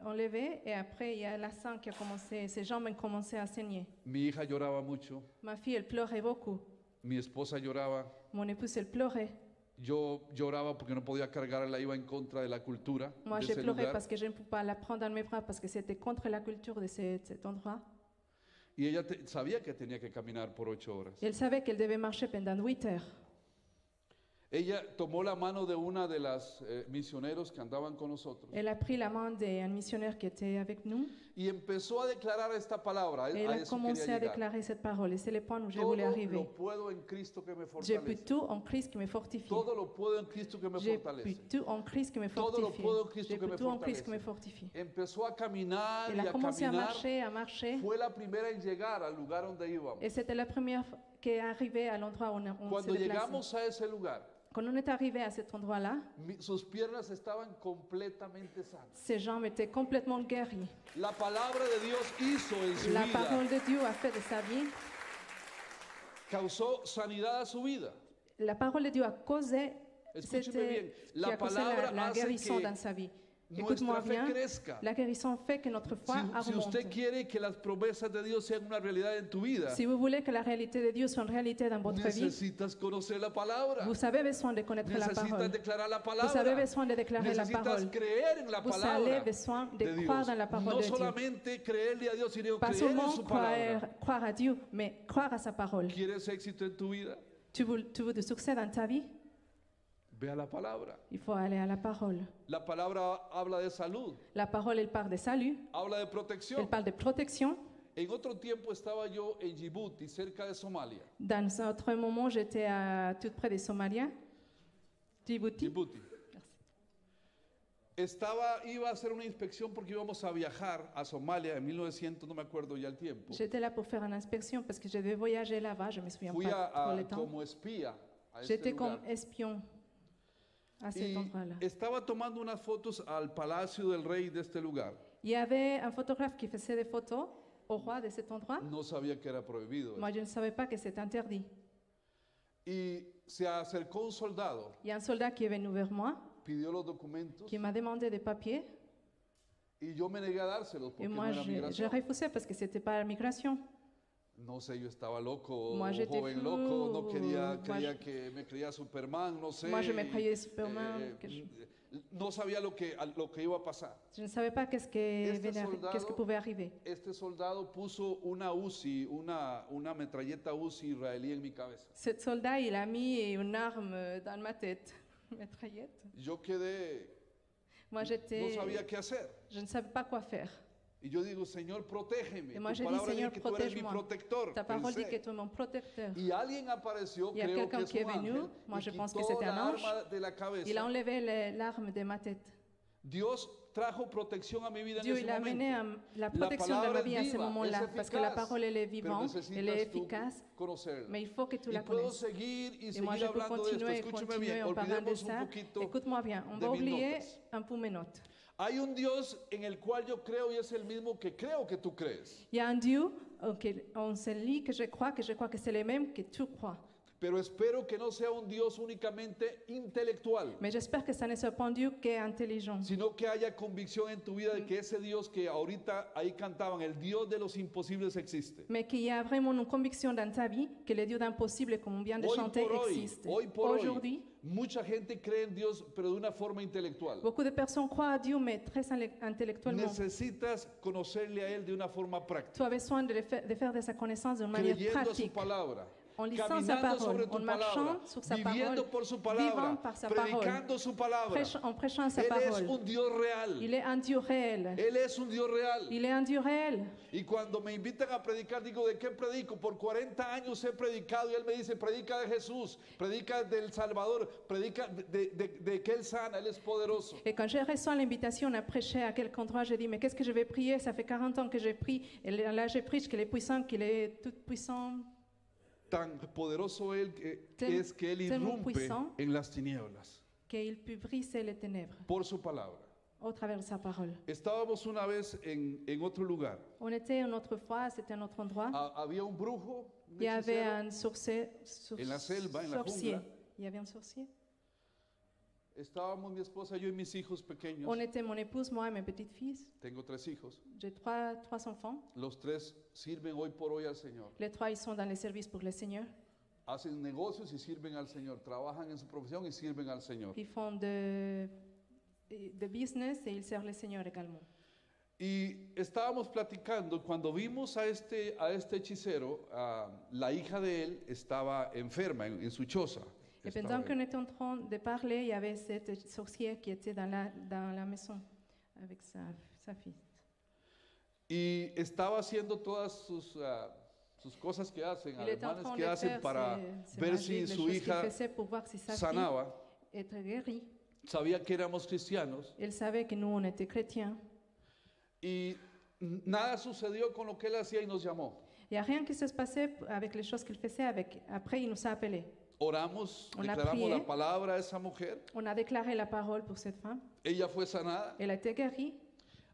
[SPEAKER 3] enlevés et après il y a la sang qui a commencé, ses jambes ont commencé à saigner.
[SPEAKER 2] Mi hija lloraba mucho,
[SPEAKER 3] Ma fille, elle pleurait beaucoup.
[SPEAKER 2] mi esposa lloraba,
[SPEAKER 3] Mon épouse, elle pleurait.
[SPEAKER 2] yo lloraba porque no podía cargarla, iba en contra de la cultura.
[SPEAKER 3] Moi,
[SPEAKER 2] de
[SPEAKER 3] j'ai
[SPEAKER 2] ese
[SPEAKER 3] pleuré
[SPEAKER 2] lugar.
[SPEAKER 3] parce que je ne pouvais pas la prendre dans mes bras parce que c'était contre la culture de ce- cet endroit.
[SPEAKER 2] Y ella te- sabía que tenía que caminar por ocho horas.
[SPEAKER 3] Elle savait qu'elle devait marcher pendant 8 heures.
[SPEAKER 2] Ella tomó la mano de una de las eh, misioneros que andaban con nosotros
[SPEAKER 3] Elle a pris la main d'un missionnaire qui était avec nous
[SPEAKER 2] y empezó a declarar esta palabra. A- e,
[SPEAKER 3] et elle
[SPEAKER 2] a
[SPEAKER 3] a
[SPEAKER 2] eso quería
[SPEAKER 3] commencé à
[SPEAKER 2] llegar.
[SPEAKER 3] déclarer cette parole. Et c'est le point où je
[SPEAKER 2] Todo
[SPEAKER 3] voulais arriver.
[SPEAKER 2] lo puedo en Cristo que me
[SPEAKER 3] Je peux
[SPEAKER 2] fortalece.
[SPEAKER 3] tout en Christ qui me fortifie.
[SPEAKER 2] Todo lo puedo en Cristo que me
[SPEAKER 3] J'ai
[SPEAKER 2] fortalece.
[SPEAKER 3] tout en Christ qui me
[SPEAKER 2] Todo lo
[SPEAKER 3] fortifie.
[SPEAKER 2] puedo en Cristo
[SPEAKER 3] J'ai
[SPEAKER 2] que me
[SPEAKER 3] tout en
[SPEAKER 2] fortalece.
[SPEAKER 3] Christ qui me fortifie.
[SPEAKER 2] Empezó a caminar
[SPEAKER 3] Elle
[SPEAKER 2] y
[SPEAKER 3] a
[SPEAKER 2] a
[SPEAKER 3] commencé à
[SPEAKER 2] caminar.
[SPEAKER 3] marcher, à marcher.
[SPEAKER 2] Fue la primera en llegar al lugar donde íbamos.
[SPEAKER 3] Et c'était la première fois qui est arrivée à l'endroit où on, a- on s'est
[SPEAKER 2] Cuando
[SPEAKER 3] déplacé.
[SPEAKER 2] llegamos a ese lugar,
[SPEAKER 3] Quand on est arrivé à cet endroit-là,
[SPEAKER 2] mi- sus piernas estaban completamente sanas.
[SPEAKER 3] ses jambes étaient complètement guéries.
[SPEAKER 2] La palabra de Dios hizo en su
[SPEAKER 3] La
[SPEAKER 2] vida,
[SPEAKER 3] parole de Dieu a fait de sa vie.
[SPEAKER 2] causó sanidad a su vida.
[SPEAKER 3] La parole de Dieu a causé,
[SPEAKER 2] Escúcheme bien.
[SPEAKER 3] c'était, qui
[SPEAKER 2] La
[SPEAKER 3] a causé la,
[SPEAKER 2] palabra
[SPEAKER 3] la
[SPEAKER 2] hace
[SPEAKER 3] guérison
[SPEAKER 2] que
[SPEAKER 3] dans sa vie.
[SPEAKER 2] Nuestra
[SPEAKER 3] Écoute-moi
[SPEAKER 2] fe
[SPEAKER 3] bien.
[SPEAKER 2] crezca.
[SPEAKER 3] La guérison fait que notre foi
[SPEAKER 2] Si, si
[SPEAKER 3] augmente.
[SPEAKER 2] usted quiere que las promesas de Dios sean una realidad en tu vida,
[SPEAKER 3] Si vous voulez que la réalité de Dieu soit une réalité dans votre vie,
[SPEAKER 2] necesitas conocer la palabra.
[SPEAKER 3] vous avez besoin de connaître la
[SPEAKER 2] Necesitas
[SPEAKER 3] parole.
[SPEAKER 2] declarar la
[SPEAKER 3] Vous avez
[SPEAKER 2] palabra.
[SPEAKER 3] besoin de déclarer la
[SPEAKER 2] Necesitas
[SPEAKER 3] parole.
[SPEAKER 2] creer en la
[SPEAKER 3] Vous avez
[SPEAKER 2] palabra
[SPEAKER 3] besoin de
[SPEAKER 2] de
[SPEAKER 3] croire
[SPEAKER 2] Dios.
[SPEAKER 3] dans la parole
[SPEAKER 2] No
[SPEAKER 3] de Dieu.
[SPEAKER 2] solamente creerle a Dios, sino
[SPEAKER 3] Pas
[SPEAKER 2] creer en
[SPEAKER 3] seulement
[SPEAKER 2] su
[SPEAKER 3] croire,
[SPEAKER 2] palabra.
[SPEAKER 3] croire à Dieu, mais croire à sa parole.
[SPEAKER 2] ¿Quieres éxito en tu vida?
[SPEAKER 3] Tu veux, tu veux du succès dans ta vie
[SPEAKER 2] Ve a la palabra.
[SPEAKER 3] Il faut aller à la parole.
[SPEAKER 2] La palabra habla de salud,
[SPEAKER 3] La parole, elle parle de salut,
[SPEAKER 2] habla de
[SPEAKER 3] elle
[SPEAKER 2] protección.
[SPEAKER 3] parle de protection.
[SPEAKER 2] En otro tiempo estaba yo en Djibouti, cerca de Somalia.
[SPEAKER 3] Dans un autre moment, j'étais à- tout près des Somaliens, Djibouti.
[SPEAKER 2] Djibouti. Estaba, iba a hacer una inspección porque íbamos a viajar a Somalia en 1900, no me acuerdo ya el tiempo.
[SPEAKER 3] J'étais là pour faire une inspection parce que je devais voyager là-bas, je me souviens
[SPEAKER 2] Fui
[SPEAKER 3] pas
[SPEAKER 2] a, a-
[SPEAKER 3] trop le temps.
[SPEAKER 2] como espía a este
[SPEAKER 3] J'étais comme
[SPEAKER 2] lugar.
[SPEAKER 3] espion à cet
[SPEAKER 2] Y
[SPEAKER 3] endroit-là.
[SPEAKER 2] estaba tomando unas fotos al palacio del rey de este lugar.
[SPEAKER 3] Il y avait un photographe qui faisait des photos au roi de cet endroit.
[SPEAKER 2] No sabía que era prohibido.
[SPEAKER 3] Moi, je ne savais pas que c'était interdit.
[SPEAKER 2] Y se acercó un soldado,
[SPEAKER 3] Il y a un soldat qui est venu vers moi,
[SPEAKER 2] pidió los documentos
[SPEAKER 3] qui m'a demandé des papiers.
[SPEAKER 2] y yo me negué a dárselos
[SPEAKER 3] Et
[SPEAKER 2] porque no
[SPEAKER 3] moi,
[SPEAKER 2] era
[SPEAKER 3] j'ai j'ai
[SPEAKER 2] migración.
[SPEAKER 3] refusé parce que c'était pas la migration.
[SPEAKER 2] No sé, yo estaba loco,
[SPEAKER 3] Moi,
[SPEAKER 2] un
[SPEAKER 3] j'étais
[SPEAKER 2] joven
[SPEAKER 3] fou.
[SPEAKER 2] loco, no quería,
[SPEAKER 3] Moi,
[SPEAKER 2] creía
[SPEAKER 3] je-
[SPEAKER 2] que me creía Superman, no sé.
[SPEAKER 3] Moi, je me
[SPEAKER 2] y,
[SPEAKER 3] croyais Superman, que je-
[SPEAKER 2] No sabía lo que, a lo que iba a pasar.
[SPEAKER 3] Je ne savais pas qu'est-ce que
[SPEAKER 2] Este
[SPEAKER 3] venait arri-
[SPEAKER 2] soldado-
[SPEAKER 3] qu'est-ce qui pouvait arriver.
[SPEAKER 2] Este soldado puso una UCI, una, una metralleta UCI israelí en mi cabeza.
[SPEAKER 3] Cet soldat, il a mis une arme dans ma tête, *laughs* mitraillette.
[SPEAKER 2] Yo quedé,
[SPEAKER 3] Moi,
[SPEAKER 2] no
[SPEAKER 3] j'étais,
[SPEAKER 2] sabía qué hacer.
[SPEAKER 3] je ne savais pas quoi faire.
[SPEAKER 2] Y yo digo, Señor, protégeme.
[SPEAKER 3] Et moi,
[SPEAKER 2] tu
[SPEAKER 3] j'ai dit,
[SPEAKER 2] palabra dice
[SPEAKER 3] Seigneur,
[SPEAKER 2] que tú eres mi
[SPEAKER 3] protège-moi.
[SPEAKER 2] protector.
[SPEAKER 3] Ta parole dit
[SPEAKER 2] pensé.
[SPEAKER 3] que tu es mon protecteur.
[SPEAKER 2] Y alguien apareció,
[SPEAKER 3] Il y a
[SPEAKER 2] creo que
[SPEAKER 3] quelqu'un
[SPEAKER 2] es
[SPEAKER 3] qui est
[SPEAKER 2] un
[SPEAKER 3] venu.
[SPEAKER 2] ángel,
[SPEAKER 3] Moi,
[SPEAKER 2] y
[SPEAKER 3] je pense que
[SPEAKER 2] quitó
[SPEAKER 3] c'était un
[SPEAKER 2] la
[SPEAKER 3] ange.
[SPEAKER 2] arma de la cabeza.
[SPEAKER 3] Il a enlevé le- l'arme de ma tête.
[SPEAKER 2] Dios trajo protección a mi vida
[SPEAKER 3] Dieu,
[SPEAKER 2] en
[SPEAKER 3] il
[SPEAKER 2] ese
[SPEAKER 3] a amené
[SPEAKER 2] momento.
[SPEAKER 3] à la
[SPEAKER 2] La
[SPEAKER 3] protection de
[SPEAKER 2] palabra
[SPEAKER 3] ma
[SPEAKER 2] es
[SPEAKER 3] vie à ce
[SPEAKER 2] viva,
[SPEAKER 3] moment-là,
[SPEAKER 2] es
[SPEAKER 3] parce pues que la
[SPEAKER 2] eficaz,
[SPEAKER 3] parole, elle est
[SPEAKER 2] pero
[SPEAKER 3] vivante, elle est
[SPEAKER 2] necesitas tú
[SPEAKER 3] efficace,
[SPEAKER 2] conocerla.
[SPEAKER 3] mais il faut que tu
[SPEAKER 2] y
[SPEAKER 3] la
[SPEAKER 2] puedo
[SPEAKER 3] connaisses.
[SPEAKER 2] seguir y
[SPEAKER 3] Et
[SPEAKER 2] seguir
[SPEAKER 3] moi, je peux
[SPEAKER 2] hablando de esto.
[SPEAKER 3] continuer,
[SPEAKER 2] Escúcheme bien,
[SPEAKER 3] continuer en parlant de
[SPEAKER 2] olvidemos un
[SPEAKER 3] ça.
[SPEAKER 2] poquito.
[SPEAKER 3] Écoute-moi bien, on
[SPEAKER 2] de
[SPEAKER 3] va
[SPEAKER 2] mis
[SPEAKER 3] oublier
[SPEAKER 2] notas.
[SPEAKER 3] un peu mes notes.
[SPEAKER 2] Hay un Dios en el cual yo creo y es el mismo que creo que tú crees.
[SPEAKER 3] Il y a un Dieu auquel on se lit que je crois, que je crois que c'est le même que tu crois.
[SPEAKER 2] Pero espero que no sea un Dios únicamente intelectual,
[SPEAKER 3] Mais j'espère que ça ne soit pas un Dieu qui est intelligent,
[SPEAKER 2] sino que haya convicción en tu vida de que ese Dios que ahorita ahí cantaban, el Dios de los imposibles existe.
[SPEAKER 3] mais qu'il y a vraiment une conviction dans ta vie que le Dieu d'impossible, comme on vient de
[SPEAKER 2] Hoy
[SPEAKER 3] chanter,
[SPEAKER 2] por hoy,
[SPEAKER 3] existe.
[SPEAKER 2] hoy por
[SPEAKER 3] Aujourd'hui,
[SPEAKER 2] hoy, mucha gente cree en Dios, pero de una forma intelectual.
[SPEAKER 3] beaucoup de personnes croient à Dieu, mais très inle- intellectuellement.
[SPEAKER 2] Necesitas conocerle a Él de una forma práctica,
[SPEAKER 3] Tu as besoin de, le faire- de faire de sa connaissance d'une manière
[SPEAKER 2] creyendo su
[SPEAKER 3] pratique.
[SPEAKER 2] palabra,
[SPEAKER 3] En lisant sa
[SPEAKER 2] caminando
[SPEAKER 3] parole,
[SPEAKER 2] sobre
[SPEAKER 3] en
[SPEAKER 2] tu palabra,
[SPEAKER 3] marchant sur sa
[SPEAKER 2] viviendo
[SPEAKER 3] parole,
[SPEAKER 2] por su
[SPEAKER 3] vivant
[SPEAKER 2] palabra,
[SPEAKER 3] par sa
[SPEAKER 2] predicando su palabra.
[SPEAKER 3] Prêche- en prêchant sa
[SPEAKER 2] Él es
[SPEAKER 3] parole.
[SPEAKER 2] un Dios
[SPEAKER 3] Il
[SPEAKER 2] real.
[SPEAKER 3] est un Dieu réel.
[SPEAKER 2] Él es un Dios real.
[SPEAKER 3] Il est un Dieu réel.
[SPEAKER 2] Y cuando me invitan a predicar, digo, ¿de qué predico? Por 40 años he predicado y él me dice, predica de Jesús, predica del Salvador, predica de, de- de- de que Él sana, Él es poderoso.
[SPEAKER 3] Et quand je reçois l'invitation à prêcher à quelque endroit, je dis, mais qu'est-ce que je vais prier Ça fait 40 ans que j'ai pris. Et là, je prêche qu'il est puissant, qu'il est tout puissant.
[SPEAKER 2] Tan poderoso Él que
[SPEAKER 3] Ten-
[SPEAKER 2] es que Él
[SPEAKER 3] tellement
[SPEAKER 2] irrumpe
[SPEAKER 3] puissant.
[SPEAKER 2] en las tinieblas
[SPEAKER 3] qu'il peut briser les ténèbres
[SPEAKER 2] por su palabra.
[SPEAKER 3] au travers de sa parole.
[SPEAKER 2] Estábamos una vez en, en otro lugar.
[SPEAKER 3] On était une autre fois, c'était un autre endroit.
[SPEAKER 2] Ha- había un brujo, un
[SPEAKER 3] Il y avait
[SPEAKER 2] hechicero.
[SPEAKER 3] un sorcier. sor-
[SPEAKER 2] Et la selva, et la
[SPEAKER 3] sorcier.
[SPEAKER 2] jungla.
[SPEAKER 3] Il y avait un sorcier.
[SPEAKER 2] Estábamos mi esposa, yo y mis hijos pequeños.
[SPEAKER 3] On était mon épouse, moi et mes petites filles.
[SPEAKER 2] Tengo tres hijos.
[SPEAKER 3] J'ai trois, trois enfants.
[SPEAKER 2] Los tres sirven hoy por hoy al Señor.
[SPEAKER 3] Les trois, ils sont dans les services pour le Seigneur.
[SPEAKER 2] Hacen negocios y sirven al Señor. Trabajan en su profesión y sirven al Señor.
[SPEAKER 3] Ils font de, de business et ils servent le Seigneur également.
[SPEAKER 2] Y estábamos platicando cuando vimos a este, a este hechicero, ah, la hija de él estaba enferma en, en su choza.
[SPEAKER 3] Et
[SPEAKER 2] Estaba
[SPEAKER 3] pendant qu'on
[SPEAKER 2] en-
[SPEAKER 3] était en train de parler, il y avait cette sorcière qui était dans la, dans la maison avec sa, sa fille.
[SPEAKER 2] Y estaba haciendo todas sus, ah, sus cosas que hacen,
[SPEAKER 3] Il est en
[SPEAKER 2] alemanes
[SPEAKER 3] train de
[SPEAKER 2] que hacen
[SPEAKER 3] faire
[SPEAKER 2] para
[SPEAKER 3] ses- ses
[SPEAKER 2] ver
[SPEAKER 3] magies,
[SPEAKER 2] si
[SPEAKER 3] les
[SPEAKER 2] su
[SPEAKER 3] choses qu'il
[SPEAKER 2] hija
[SPEAKER 3] faisait pour voir si sa fille
[SPEAKER 2] sanaba.
[SPEAKER 3] était guérie.
[SPEAKER 2] Sabía que éramos cristianos
[SPEAKER 3] Il savait que nous, on était chrétiens.
[SPEAKER 2] y n- nada sucedió con lo que él hacía y nos llamó.
[SPEAKER 3] Il n'y a rien qui se passait avec les choses qu'il faisait. Avec. Après, il nous a appelés.
[SPEAKER 2] Oramos,
[SPEAKER 3] Una
[SPEAKER 2] declaramos
[SPEAKER 3] prié.
[SPEAKER 2] la palabra a esa mujer.
[SPEAKER 3] On a déclaré la parole pour cette femme.
[SPEAKER 2] Ella fue sanada,
[SPEAKER 3] Elle a été guérie.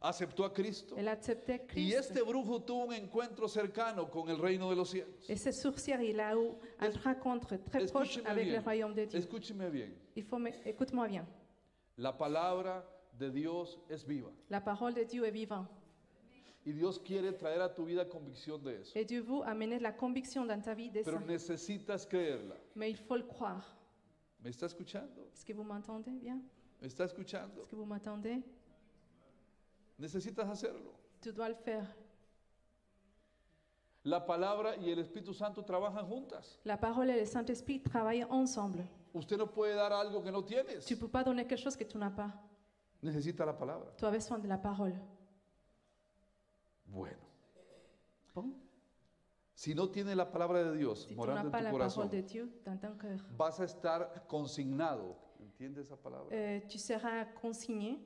[SPEAKER 2] aceptó a Cristo.
[SPEAKER 3] Elle acceptait
[SPEAKER 2] Y
[SPEAKER 3] Christ.
[SPEAKER 2] este brujo tuvo un encuentro cercano con el reino de los cielos.
[SPEAKER 3] Et ce sorcier, il a eu un rencontre très proche
[SPEAKER 2] Escúcheme
[SPEAKER 3] avec le
[SPEAKER 2] bien,
[SPEAKER 3] royaume de Dieu.
[SPEAKER 2] escúcheme bien.
[SPEAKER 3] Il faut, me- écoute-moi bien.
[SPEAKER 2] La palabra de Dios es viva.
[SPEAKER 3] La parole de Dieu est vivante.
[SPEAKER 2] Y Dios quiere traer a tu vida convicción de eso.
[SPEAKER 3] Et Dieu veut amener de la conviction dans ta vie des
[SPEAKER 2] Pero
[SPEAKER 3] saints.
[SPEAKER 2] necesitas creerla.
[SPEAKER 3] Mais il faut le croire.
[SPEAKER 2] ¿Me está escuchando?
[SPEAKER 3] Est-ce que vous m'entendez bien
[SPEAKER 2] ¿Me está escuchando?
[SPEAKER 3] Est-ce que vous m'entendez
[SPEAKER 2] Necesitas hacerlo.
[SPEAKER 3] Tu dois le faire.
[SPEAKER 2] La palabra y el Espíritu Santo trabajan juntas.
[SPEAKER 3] La parole et le Saint-Esprit travaillent ensemble.
[SPEAKER 2] Usted no puede dar algo que no tienes.
[SPEAKER 3] Tu ne peux pas donner quelque chose que tu n'as pas.
[SPEAKER 2] Necesita la palabra.
[SPEAKER 3] Tu as besoin de la parole.
[SPEAKER 2] Bueno,
[SPEAKER 3] Bon.
[SPEAKER 2] si no tienes la palabra de Dios
[SPEAKER 3] Si tu n'as
[SPEAKER 2] morando
[SPEAKER 3] pas
[SPEAKER 2] en tu
[SPEAKER 3] la
[SPEAKER 2] corazón,
[SPEAKER 3] parole de Dieu dans ton cœur,
[SPEAKER 2] vas a estar consignado, ¿entiendes esa palabra?
[SPEAKER 3] euh, tu seras consigné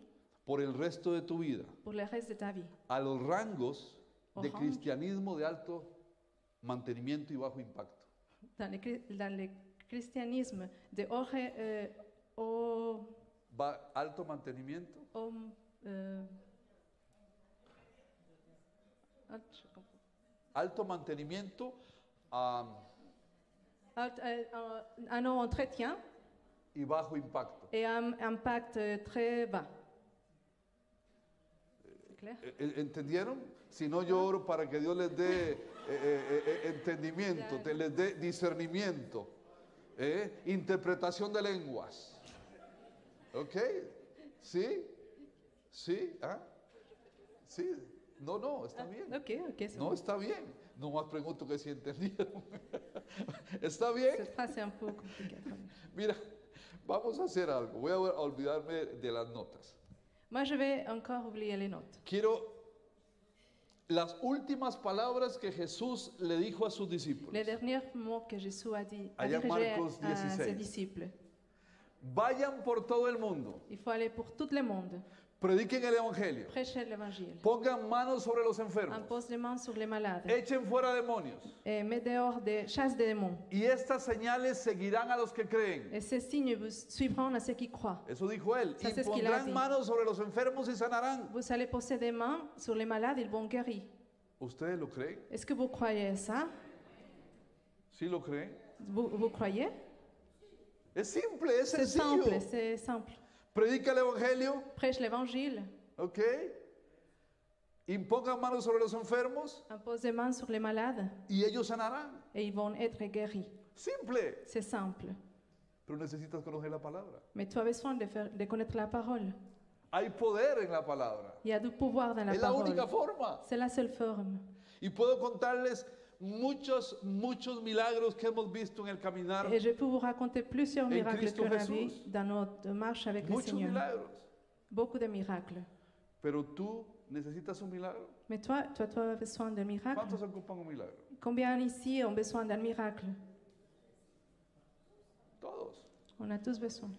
[SPEAKER 2] Por el resto de tu vida
[SPEAKER 3] pour le reste de ta vie
[SPEAKER 2] a los rangos de
[SPEAKER 3] Ajá.
[SPEAKER 2] cristianismo de alto mantenimiento y bajo impacto.
[SPEAKER 3] dans le, chri- dans le christianisme de haut, ré- euh, haut-
[SPEAKER 2] Va- alto mantenimiento,
[SPEAKER 3] haut, euh, haut- je comprends
[SPEAKER 2] alto mantenimiento ah,
[SPEAKER 3] pas. Haut, euh, un- un haut entretien
[SPEAKER 2] y bajo impacto.
[SPEAKER 3] et un impact euh, très bas. C'est clair
[SPEAKER 2] Eh, eh, ¿Entendieron? Si no, yo oro para que Dios les dé eh, eh, eh, eh, entendimiento, te les dé discernimiento, eh, interpretación de lenguas. ¿Ok? ¿Sí? ¿Sí? ¿Ah? ¿Sí? No, no, está bien.
[SPEAKER 3] Ok, ok, c'est
[SPEAKER 2] No,
[SPEAKER 3] bon.
[SPEAKER 2] está bien. No más pregunto que si entendieron. *laughs* ¿Está bien?
[SPEAKER 3] Cette phrase est un peu compliquée. à traduire.
[SPEAKER 2] Mira, vamos a hacer algo. Voy a olvidarme de las notas.
[SPEAKER 3] Moi, je vais encore oublier les notes.
[SPEAKER 2] Quiero las últimas palabras que Jesús le dijo a sus
[SPEAKER 3] Les
[SPEAKER 2] discípulos.
[SPEAKER 3] derniers mots que Jésus a dit a
[SPEAKER 2] Allá en
[SPEAKER 3] dirigé
[SPEAKER 2] Marcos
[SPEAKER 3] à
[SPEAKER 2] 16.
[SPEAKER 3] ses disciples.
[SPEAKER 2] Vayan por todo el mundo,
[SPEAKER 3] Il faut aller pour tout le monde,
[SPEAKER 2] prediquen el Evangelio,
[SPEAKER 3] prêcher l'évangile,
[SPEAKER 2] pongan manos sobre los enfermos,
[SPEAKER 3] impose les mains sur les malades,
[SPEAKER 2] echen fuera demonios.
[SPEAKER 3] et mets dehors des chasses des démons.
[SPEAKER 2] Y estas señales seguirán a los que creen.
[SPEAKER 3] Et ces signes vous suivront à ceux qui croient.
[SPEAKER 2] Eso dijo él.
[SPEAKER 3] Esa
[SPEAKER 2] Y
[SPEAKER 3] es que la di.
[SPEAKER 2] pondrán manos sobre los enfermos y sanarán.
[SPEAKER 3] Vous allez poser des mains sur les malades, ils vont guérir.
[SPEAKER 2] ¿Ustedes lo creen?
[SPEAKER 3] Est-ce que vous croyez à ça
[SPEAKER 2] ¿Sí lo creen?
[SPEAKER 3] vous, vous croyez
[SPEAKER 2] Es simple, es
[SPEAKER 3] C'est
[SPEAKER 2] sencillo.
[SPEAKER 3] simple, c'est simple.
[SPEAKER 2] Predica el Evangelio,
[SPEAKER 3] Prêche l'évangile,
[SPEAKER 2] ¿ok? Impongan manos sobre los enfermos
[SPEAKER 3] impose les mains sur les malades
[SPEAKER 2] y ellos sanarán.
[SPEAKER 3] et ils vont être guéris.
[SPEAKER 2] Simple.
[SPEAKER 3] C'est simple.
[SPEAKER 2] Pero necesitas conocer la palabra.
[SPEAKER 3] Mais tu as besoin de, faire- de connaître la parole.
[SPEAKER 2] Hay poder en la palabra.
[SPEAKER 3] Il y a du pouvoir dans la
[SPEAKER 2] es la única
[SPEAKER 3] parole.
[SPEAKER 2] forma.
[SPEAKER 3] C'est la seule forme.
[SPEAKER 2] Y puedo contarles muchos, muchos milagros que hemos visto en el caminar.
[SPEAKER 3] Et je peux vous raconter plusieurs
[SPEAKER 2] En
[SPEAKER 3] miracles
[SPEAKER 2] Cristo
[SPEAKER 3] que l'on a
[SPEAKER 2] Jesús.
[SPEAKER 3] vus dans notre marche avec le
[SPEAKER 2] Muchos
[SPEAKER 3] Seigneur.
[SPEAKER 2] milagros.
[SPEAKER 3] Beaucoup de miracles.
[SPEAKER 2] Pero tú necesitas un milagro.
[SPEAKER 3] Mais toi, toi, tu as besoin d'un miracle.
[SPEAKER 2] ¿Cuántos ocupan un milagro?
[SPEAKER 3] Combien ici ont besoin d'un miracle
[SPEAKER 2] Todos.
[SPEAKER 3] On a tous besoin.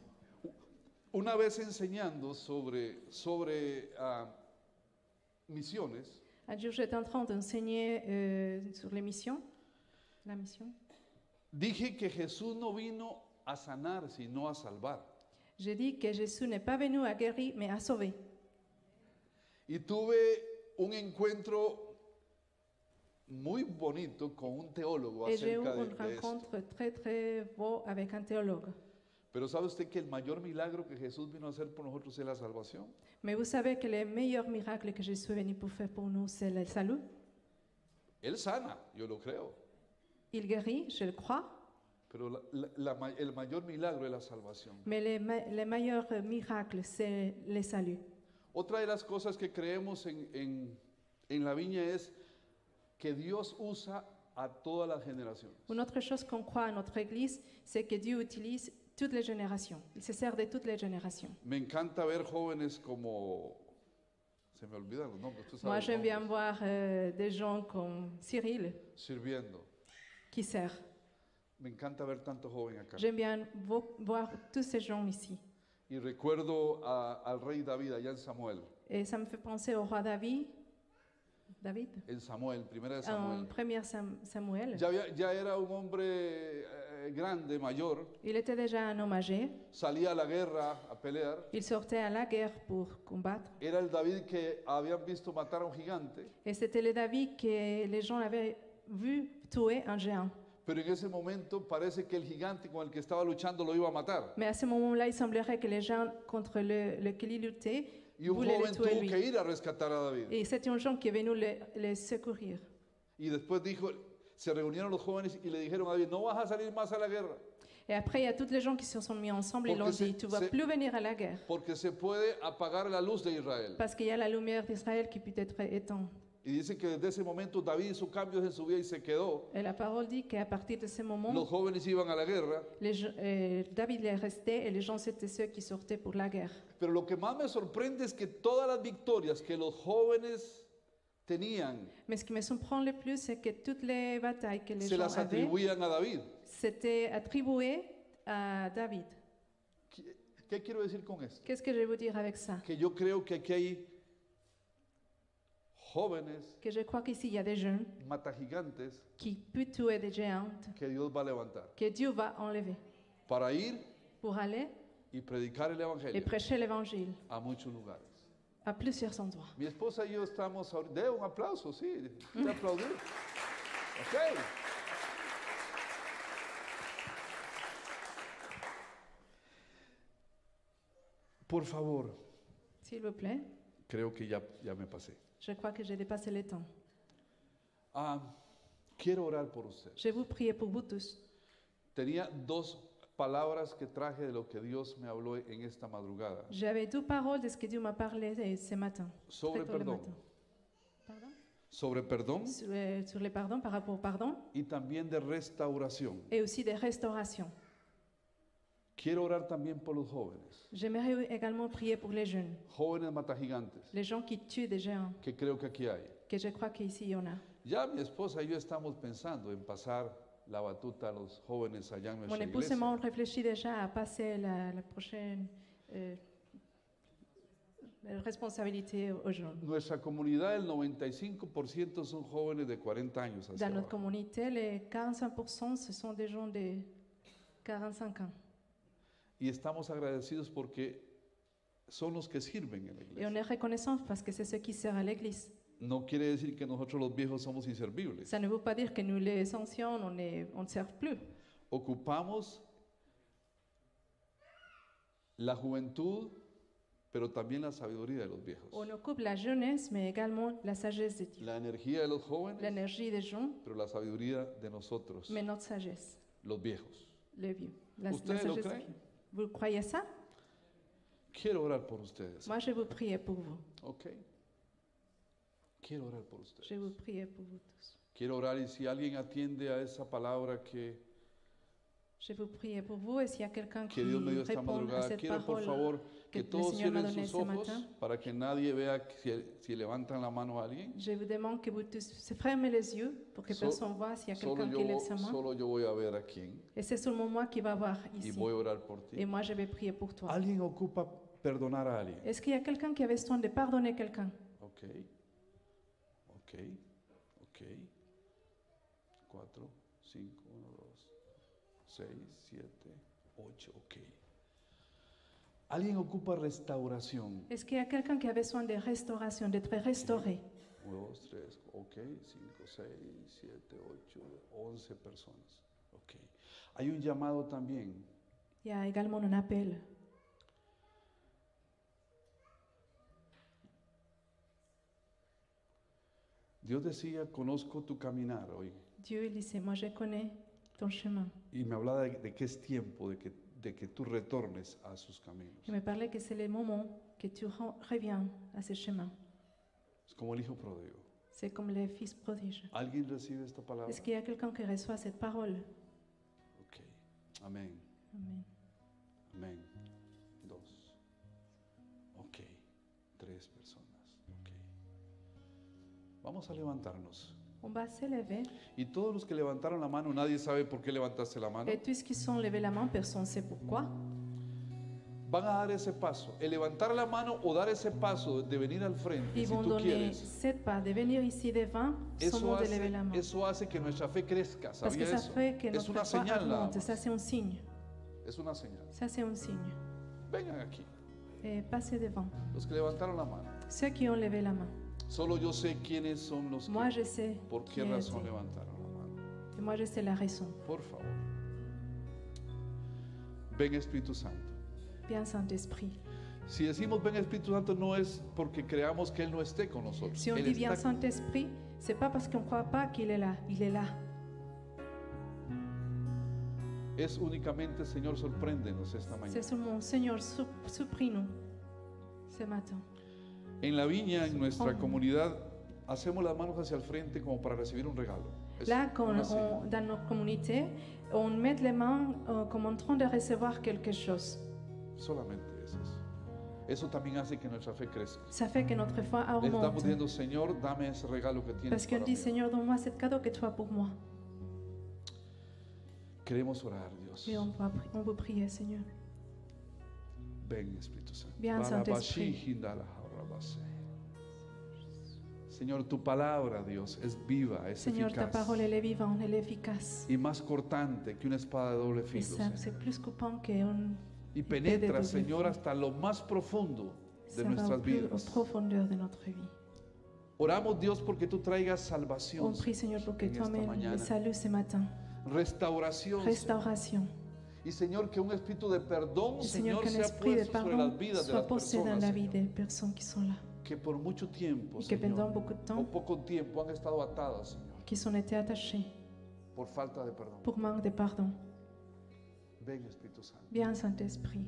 [SPEAKER 2] Una vez enseñando sobre, sobre ah, misiones,
[SPEAKER 3] Un jour, j'étais en train d'enseigner euh, sur les missions. La mission.
[SPEAKER 2] dije que Jesús no vino a sanar, sino a salvar.
[SPEAKER 3] J'ai dit que Jésus n'est pas venu à guérir, mais à sauver.
[SPEAKER 2] Y tuve un encuentro muy bonito con un teólogo
[SPEAKER 3] Et j'ai eu
[SPEAKER 2] acerca de,
[SPEAKER 3] une
[SPEAKER 2] de esto.
[SPEAKER 3] rencontre très, très beau avec un théologue.
[SPEAKER 2] Pero ¿sabe usted que el mayor milagro que Jesús vino a hacer por nosotros es la salvación?
[SPEAKER 3] Mais vous savez que le meilleur miracle que Jésus est venu pour faire pour nous, c'est le salut.
[SPEAKER 2] Él sana, yo lo creo.
[SPEAKER 3] Il guérit, je le crois.
[SPEAKER 2] Pero la- la- la ma- el mayor milagro es la salvación.
[SPEAKER 3] Mais le, me- le meilleur miracle, c'est le salut.
[SPEAKER 2] Otra de las cosas que creemos en, en- en la viña es que Dios usa a todas las generaciones.
[SPEAKER 3] Une autre chose qu'on croit à notre Église, c'est que Dieu utilise toutes les générations. Il se sert de toutes les générations.
[SPEAKER 2] Me encanta ver jóvenes como... Se me olvidan los nombres, tú sabes
[SPEAKER 3] Moi,
[SPEAKER 2] los
[SPEAKER 3] j'aime bien
[SPEAKER 2] nombres,
[SPEAKER 3] voir euh, des gens comme Cyril
[SPEAKER 2] Sirviendo.
[SPEAKER 3] qui sert.
[SPEAKER 2] Me encanta ver tanto joven acá.
[SPEAKER 3] J'aime bien vo- voir tous ces gens ici.
[SPEAKER 2] Y recuerdo a- al rey David allá en Samuel.
[SPEAKER 3] Et ça me fait penser au roi David. David
[SPEAKER 2] En Samuel, primera de
[SPEAKER 3] En
[SPEAKER 2] Samuel.
[SPEAKER 3] 1 Sam- Samuel.
[SPEAKER 2] Ya, había- ya era un hombre eh, grande, mayor.
[SPEAKER 3] Il était déjà un homme âgé.
[SPEAKER 2] Salía a la guerra a pelear.
[SPEAKER 3] Il sortait à la guerre pour combattre.
[SPEAKER 2] Era el David que habían visto matar a un gigante.
[SPEAKER 3] Et c'était le David que les gens avaient vu tuer un géant.
[SPEAKER 2] Pero en ese momento parece que el gigante con el que estaba luchando lo iba a matar.
[SPEAKER 3] Mais à ce moment-là, il semblerait que les gens contre le- lequel il luttait
[SPEAKER 2] Y un
[SPEAKER 3] voulaient le
[SPEAKER 2] joven
[SPEAKER 3] tuer
[SPEAKER 2] tuvo
[SPEAKER 3] lui.
[SPEAKER 2] que ir a rescatar a David.
[SPEAKER 3] Et c'était un gens qui est venu le, le secourir.
[SPEAKER 2] Y después dijo, se reunieron los jóvenes y le dijeron a David, no vas a salir más a la guerra,
[SPEAKER 3] Et après, il y a toutes les gens qui se sont mis ensemble et
[SPEAKER 2] Porque
[SPEAKER 3] l'ont
[SPEAKER 2] c'est-
[SPEAKER 3] dit, tu vas
[SPEAKER 2] c'est-
[SPEAKER 3] plus venir à la guerre.
[SPEAKER 2] porque se puede apagar la luz de Israel.
[SPEAKER 3] Parce qu'il y a la lumière d'Israël qui peut être éteinte.
[SPEAKER 2] Y dice que desde ese momento David hizo cambios en su vida y se quedó.
[SPEAKER 3] Et la parole dit qu'à partir de ce moment,
[SPEAKER 2] Los jóvenes iban a la guerra.
[SPEAKER 3] les gens- euh, David est resté et les gens, c'était ceux qui sortaient pour la guerre.
[SPEAKER 2] Pero lo que más me sorprende es que todas las victorias que los jóvenes tenían
[SPEAKER 3] Mais ce qui me surprend le plus, c'est que toutes les batailles que les
[SPEAKER 2] se
[SPEAKER 3] gens
[SPEAKER 2] las
[SPEAKER 3] avaient,
[SPEAKER 2] atribuían a David.
[SPEAKER 3] c'était attribué à David.
[SPEAKER 2] ¿Qué, qué quiero decir con esto?
[SPEAKER 3] Qu'est-ce que je vais vous dire avec ça
[SPEAKER 2] Que yo creo que aquí hay jóvenes
[SPEAKER 3] Que je crois qu'ici, il y a des jeunes
[SPEAKER 2] matagigantes
[SPEAKER 3] qui peuvent tuer des géantes
[SPEAKER 2] que Dios va a levantar
[SPEAKER 3] que Dieu va enlever
[SPEAKER 2] para ir
[SPEAKER 3] pour aller
[SPEAKER 2] y predicar el
[SPEAKER 3] et
[SPEAKER 2] Evangelio
[SPEAKER 3] prêcher l'évangile
[SPEAKER 2] a muchos lugares.
[SPEAKER 3] à plusieurs endroits.
[SPEAKER 2] Mi esposa y yo estamos ahorita. De un aplauso, sí, de aplaudir. Ok. Por favor,
[SPEAKER 3] S'il vous plaît,
[SPEAKER 2] creo que ya, ya me pasé.
[SPEAKER 3] je crois que j'ai dépassé le temps.
[SPEAKER 2] Ah, quiero orar por usted.
[SPEAKER 3] Je vous prie pour vous tous.
[SPEAKER 2] Tenía dos palabras que traje de lo que Dios me habló en esta madrugada.
[SPEAKER 3] J'avais deux paroles de ce que Dieu m'a parlé eh, ce matin.
[SPEAKER 2] Sobre
[SPEAKER 3] très tôt le
[SPEAKER 2] perdón.
[SPEAKER 3] matin. Pardon
[SPEAKER 2] Sobre perdón
[SPEAKER 3] sur, euh, sur les pardons, par rapport au pardon,
[SPEAKER 2] y también de restauración.
[SPEAKER 3] et aussi des restaurations.
[SPEAKER 2] Quiero orar también por los jóvenes,
[SPEAKER 3] J'aimerais également prier pour les jeunes,
[SPEAKER 2] jóvenes matagigantes,
[SPEAKER 3] les gens qui tuent des géants,
[SPEAKER 2] que creo que aquí hay.
[SPEAKER 3] que je crois qu'ici il y en a.
[SPEAKER 2] Ya mi esposa y yo estamos pensando en pasar la batuta a los jóvenes allá en
[SPEAKER 3] Mon
[SPEAKER 2] nuestra
[SPEAKER 3] épouse et
[SPEAKER 2] iglesia.
[SPEAKER 3] moi, on réfléchit déjà à passer la, la prochaine euh, responsabilité aux gens.
[SPEAKER 2] Nuestra comunidad, el 95% son jóvenes de 40 años. hacia
[SPEAKER 3] Dans
[SPEAKER 2] abajo.
[SPEAKER 3] notre communauté, les 45%, ce sont des gens de 45 ans.
[SPEAKER 2] Y estamos agradecidos porque son los que sirven en la
[SPEAKER 3] Et on
[SPEAKER 2] iglesia.
[SPEAKER 3] est reconnaissant parce que c'est ce qui sert à l'Église.
[SPEAKER 2] no quiere decir que nosotros los viejos somos inservibles.
[SPEAKER 3] Ça ne veut pas dire que nous les anciens, on ne on ne sert plus.
[SPEAKER 2] Ocupamos la juventud, pero también la sabiduría de los viejos.
[SPEAKER 3] On occupe la jeunesse, mais également la sagesse de Dieu,
[SPEAKER 2] La energía de los jóvenes,
[SPEAKER 3] l'énergie des gens,
[SPEAKER 2] pero la sabiduría de nosotros,
[SPEAKER 3] mais notre sagesse,
[SPEAKER 2] los viejos.
[SPEAKER 3] le vieux. La,
[SPEAKER 2] Vous savez,
[SPEAKER 3] sagesse
[SPEAKER 2] le
[SPEAKER 3] des
[SPEAKER 2] craint.
[SPEAKER 3] vieux. Vous croyez ça
[SPEAKER 2] Quiero orar por ustedes.
[SPEAKER 3] Moi, je vous prier pour vous.
[SPEAKER 2] Ok. Quiero orar por ustedes.
[SPEAKER 3] Je vous prier pour vous tous.
[SPEAKER 2] Quiero orar y si alguien atiende a esa palabra que,
[SPEAKER 3] Je vous prier pour vous. Et s'il y a quelqu'un qui
[SPEAKER 2] que Dios me dio esta
[SPEAKER 3] répond à
[SPEAKER 2] madrugada,
[SPEAKER 3] cette
[SPEAKER 2] quiero por
[SPEAKER 3] parole,
[SPEAKER 2] favor
[SPEAKER 3] que
[SPEAKER 2] que
[SPEAKER 3] el
[SPEAKER 2] todos
[SPEAKER 3] Señor me
[SPEAKER 2] cierren
[SPEAKER 3] ha dado
[SPEAKER 2] sus
[SPEAKER 3] ese
[SPEAKER 2] ojos
[SPEAKER 3] matin.
[SPEAKER 2] para que nadie vea que si, si levantan la mano a alguien.
[SPEAKER 3] je vous demande que vous tous se fermez les yeux pour que
[SPEAKER 2] So-
[SPEAKER 3] personne voit s'il y a
[SPEAKER 2] Solo
[SPEAKER 3] quelqu'un qui lève
[SPEAKER 2] yo,
[SPEAKER 3] sa main.
[SPEAKER 2] solo yo voy a ver a quién
[SPEAKER 3] Et c'est seulement moi qui va voir
[SPEAKER 2] y
[SPEAKER 3] ici.
[SPEAKER 2] voy a orar por ti.
[SPEAKER 3] Et moi, je vais prier pour toi.
[SPEAKER 2] Alguien ocupa perdonar a alguien.
[SPEAKER 3] Est-ce qu'il y a quelqu'un qui avait soin de pardonner quelqu'un
[SPEAKER 2] Ok, ok, ok. 4, 5, 1, 2, 6, 7, 8, ok. Alguien ocupa restauración.
[SPEAKER 3] Est-ce qu'il y a quelqu'un qui avait soin de restauration, d'être restauré
[SPEAKER 2] 1, 2, 3, ok, 5, 6, 7, 8, 11 personas. Ok. Hay un llamado también
[SPEAKER 3] Il y a également un appel.
[SPEAKER 2] Dios decía, conozco tu caminar hoy.
[SPEAKER 3] Dieu, il disait, moi, je connais ton chemin.
[SPEAKER 2] Y me hablaba de, de que es tiempo de que, de que tú retornes a sus caminos.
[SPEAKER 3] Il me parlait que c'est le moment que tu re- reviens à ce chemin.
[SPEAKER 2] Es como el hijo pródigo.
[SPEAKER 3] C'est comme les fils prodiges.
[SPEAKER 2] ¿Alguien recibe esta palabra?
[SPEAKER 3] Est-ce qu'il y a quelqu'un qui reçoit cette parole
[SPEAKER 2] Ok. Amén.
[SPEAKER 3] Amen.
[SPEAKER 2] Amén. Dos. Ok. Tres personas. Ok. Vamos a levantarnos.
[SPEAKER 3] On va s'élever.
[SPEAKER 2] Y todos los que levantaron la mano, nadie sabe por qué levantaste la mano.
[SPEAKER 3] Et tous ceux qui sont levés la main, personne ne sait pourquoi.
[SPEAKER 2] Van a dar ese paso. El levantar la mano o dar ese paso de venir al frente,
[SPEAKER 3] Ils
[SPEAKER 2] si
[SPEAKER 3] vont
[SPEAKER 2] tú
[SPEAKER 3] donner
[SPEAKER 2] quieres.
[SPEAKER 3] sept pas de venir ici devant,
[SPEAKER 2] Eso
[SPEAKER 3] seulement de lever
[SPEAKER 2] hace,
[SPEAKER 3] la main.
[SPEAKER 2] eso hace que nuestra fe crezca.
[SPEAKER 3] Parce que
[SPEAKER 2] ¿Sabía
[SPEAKER 3] ça
[SPEAKER 2] eso?
[SPEAKER 3] fait que
[SPEAKER 2] Es
[SPEAKER 3] notre
[SPEAKER 2] una
[SPEAKER 3] foi
[SPEAKER 2] señal. nada
[SPEAKER 3] augmente.
[SPEAKER 2] más.
[SPEAKER 3] Ça, c'est un signe.
[SPEAKER 2] Es una señal.
[SPEAKER 3] Ça, c'est un signe.
[SPEAKER 2] Vengan aquí.
[SPEAKER 3] Et passez devant.
[SPEAKER 2] Los que levantaron la mano.
[SPEAKER 3] Ceux qui ont levé la main.
[SPEAKER 2] Solo yo sé quiénes son los
[SPEAKER 3] Moi,
[SPEAKER 2] que
[SPEAKER 3] je sais.
[SPEAKER 2] por
[SPEAKER 3] qui
[SPEAKER 2] qué
[SPEAKER 3] elle
[SPEAKER 2] razón
[SPEAKER 3] était.
[SPEAKER 2] levantaron la mano.
[SPEAKER 3] Et moi, je sais la raison.
[SPEAKER 2] Por favor. Ven Espíritu Santo.
[SPEAKER 3] Bien Saint-Esprit.
[SPEAKER 2] Si decimos ven Espíritu Santo no es porque creamos que Él no esté con nosotros.
[SPEAKER 3] Si on
[SPEAKER 2] Él
[SPEAKER 3] dit bien
[SPEAKER 2] está-
[SPEAKER 3] Saint-Esprit, c'est pas parce qu'on ne croit pas qu'il est là. Il est là.
[SPEAKER 2] es únicamente Señor, sorpréndenos esta
[SPEAKER 3] C'est
[SPEAKER 2] mañana.
[SPEAKER 3] seulement Seigneur, sou- surpris-nous ce matin.
[SPEAKER 2] En la viña, en nuestra
[SPEAKER 3] Sorpréndenos.
[SPEAKER 2] comunidad, hacemos las manos hacia el frente como para recibir un regalo. Es
[SPEAKER 3] Là, quand
[SPEAKER 2] una señal.
[SPEAKER 3] on- dans nos communautés, on met les mains euh, comme en train de recevoir quelque chose.
[SPEAKER 2] Solamente es eso. Eso también hace que nuestra fe crezca.
[SPEAKER 3] Ça fait que notre foi
[SPEAKER 2] Le estamos
[SPEAKER 3] augmente.
[SPEAKER 2] diciendo, Señor, dame ese regalo que tienes.
[SPEAKER 3] Parce qu'on
[SPEAKER 2] Para
[SPEAKER 3] dit,
[SPEAKER 2] mí.
[SPEAKER 3] Seigneur, donne-moi cette cadeau que tu as pour moi.
[SPEAKER 2] Queremos orar, Dios.
[SPEAKER 3] Et on, va pri- on vous prie, Seigneur.
[SPEAKER 2] Ven, Espíritu Santo.
[SPEAKER 3] Bien, Santo
[SPEAKER 2] Barabashi
[SPEAKER 3] Espíritu.
[SPEAKER 2] hindala harabase. Señor, tu palabra, Dios, es viva, es
[SPEAKER 3] Seigneur, ta
[SPEAKER 2] eficaz
[SPEAKER 3] parole, elle est vivante, elle est efficace.
[SPEAKER 2] y más cortante que una espada de doble
[SPEAKER 3] Et
[SPEAKER 2] filo.
[SPEAKER 3] ça,
[SPEAKER 2] Señor.
[SPEAKER 3] c'est plus coupant qu'on
[SPEAKER 2] Y
[SPEAKER 3] de
[SPEAKER 2] penetra,
[SPEAKER 3] doble
[SPEAKER 2] Señor,
[SPEAKER 3] filo.
[SPEAKER 2] hasta lo más profundo de
[SPEAKER 3] ça va au
[SPEAKER 2] nuestras
[SPEAKER 3] plus, aux
[SPEAKER 2] vidas.
[SPEAKER 3] profondeurs de notre vie.
[SPEAKER 2] Oramos, Dios, porque tú traigas
[SPEAKER 3] On
[SPEAKER 2] salvación,
[SPEAKER 3] prie, Seigneur, pour que
[SPEAKER 2] en
[SPEAKER 3] tu
[SPEAKER 2] esta
[SPEAKER 3] amènes
[SPEAKER 2] mañana.
[SPEAKER 3] le salut ce matin.
[SPEAKER 2] restauración, Señor.
[SPEAKER 3] Restauration.
[SPEAKER 2] Y Señor, que un espíritu de perdón,
[SPEAKER 3] Et Seigneur,
[SPEAKER 2] Señor,
[SPEAKER 3] qu'un
[SPEAKER 2] sea
[SPEAKER 3] esprit de
[SPEAKER 2] puesto sobre
[SPEAKER 3] pardon
[SPEAKER 2] las vidas de
[SPEAKER 3] soit
[SPEAKER 2] las
[SPEAKER 3] posé dans
[SPEAKER 2] personas,
[SPEAKER 3] la vie
[SPEAKER 2] Señor,
[SPEAKER 3] des personnes qui sont là.
[SPEAKER 2] que por mucho tiempo,
[SPEAKER 3] Et que pendant
[SPEAKER 2] Señor,
[SPEAKER 3] beaucoup de temps,
[SPEAKER 2] o poco tiempo han estado atadas, Señor,
[SPEAKER 3] qui sont été attachés
[SPEAKER 2] por falta de perdón.
[SPEAKER 3] pour manque de pardon.
[SPEAKER 2] Ven, Espíritu Santo.
[SPEAKER 3] Bien, Saint-Esprit.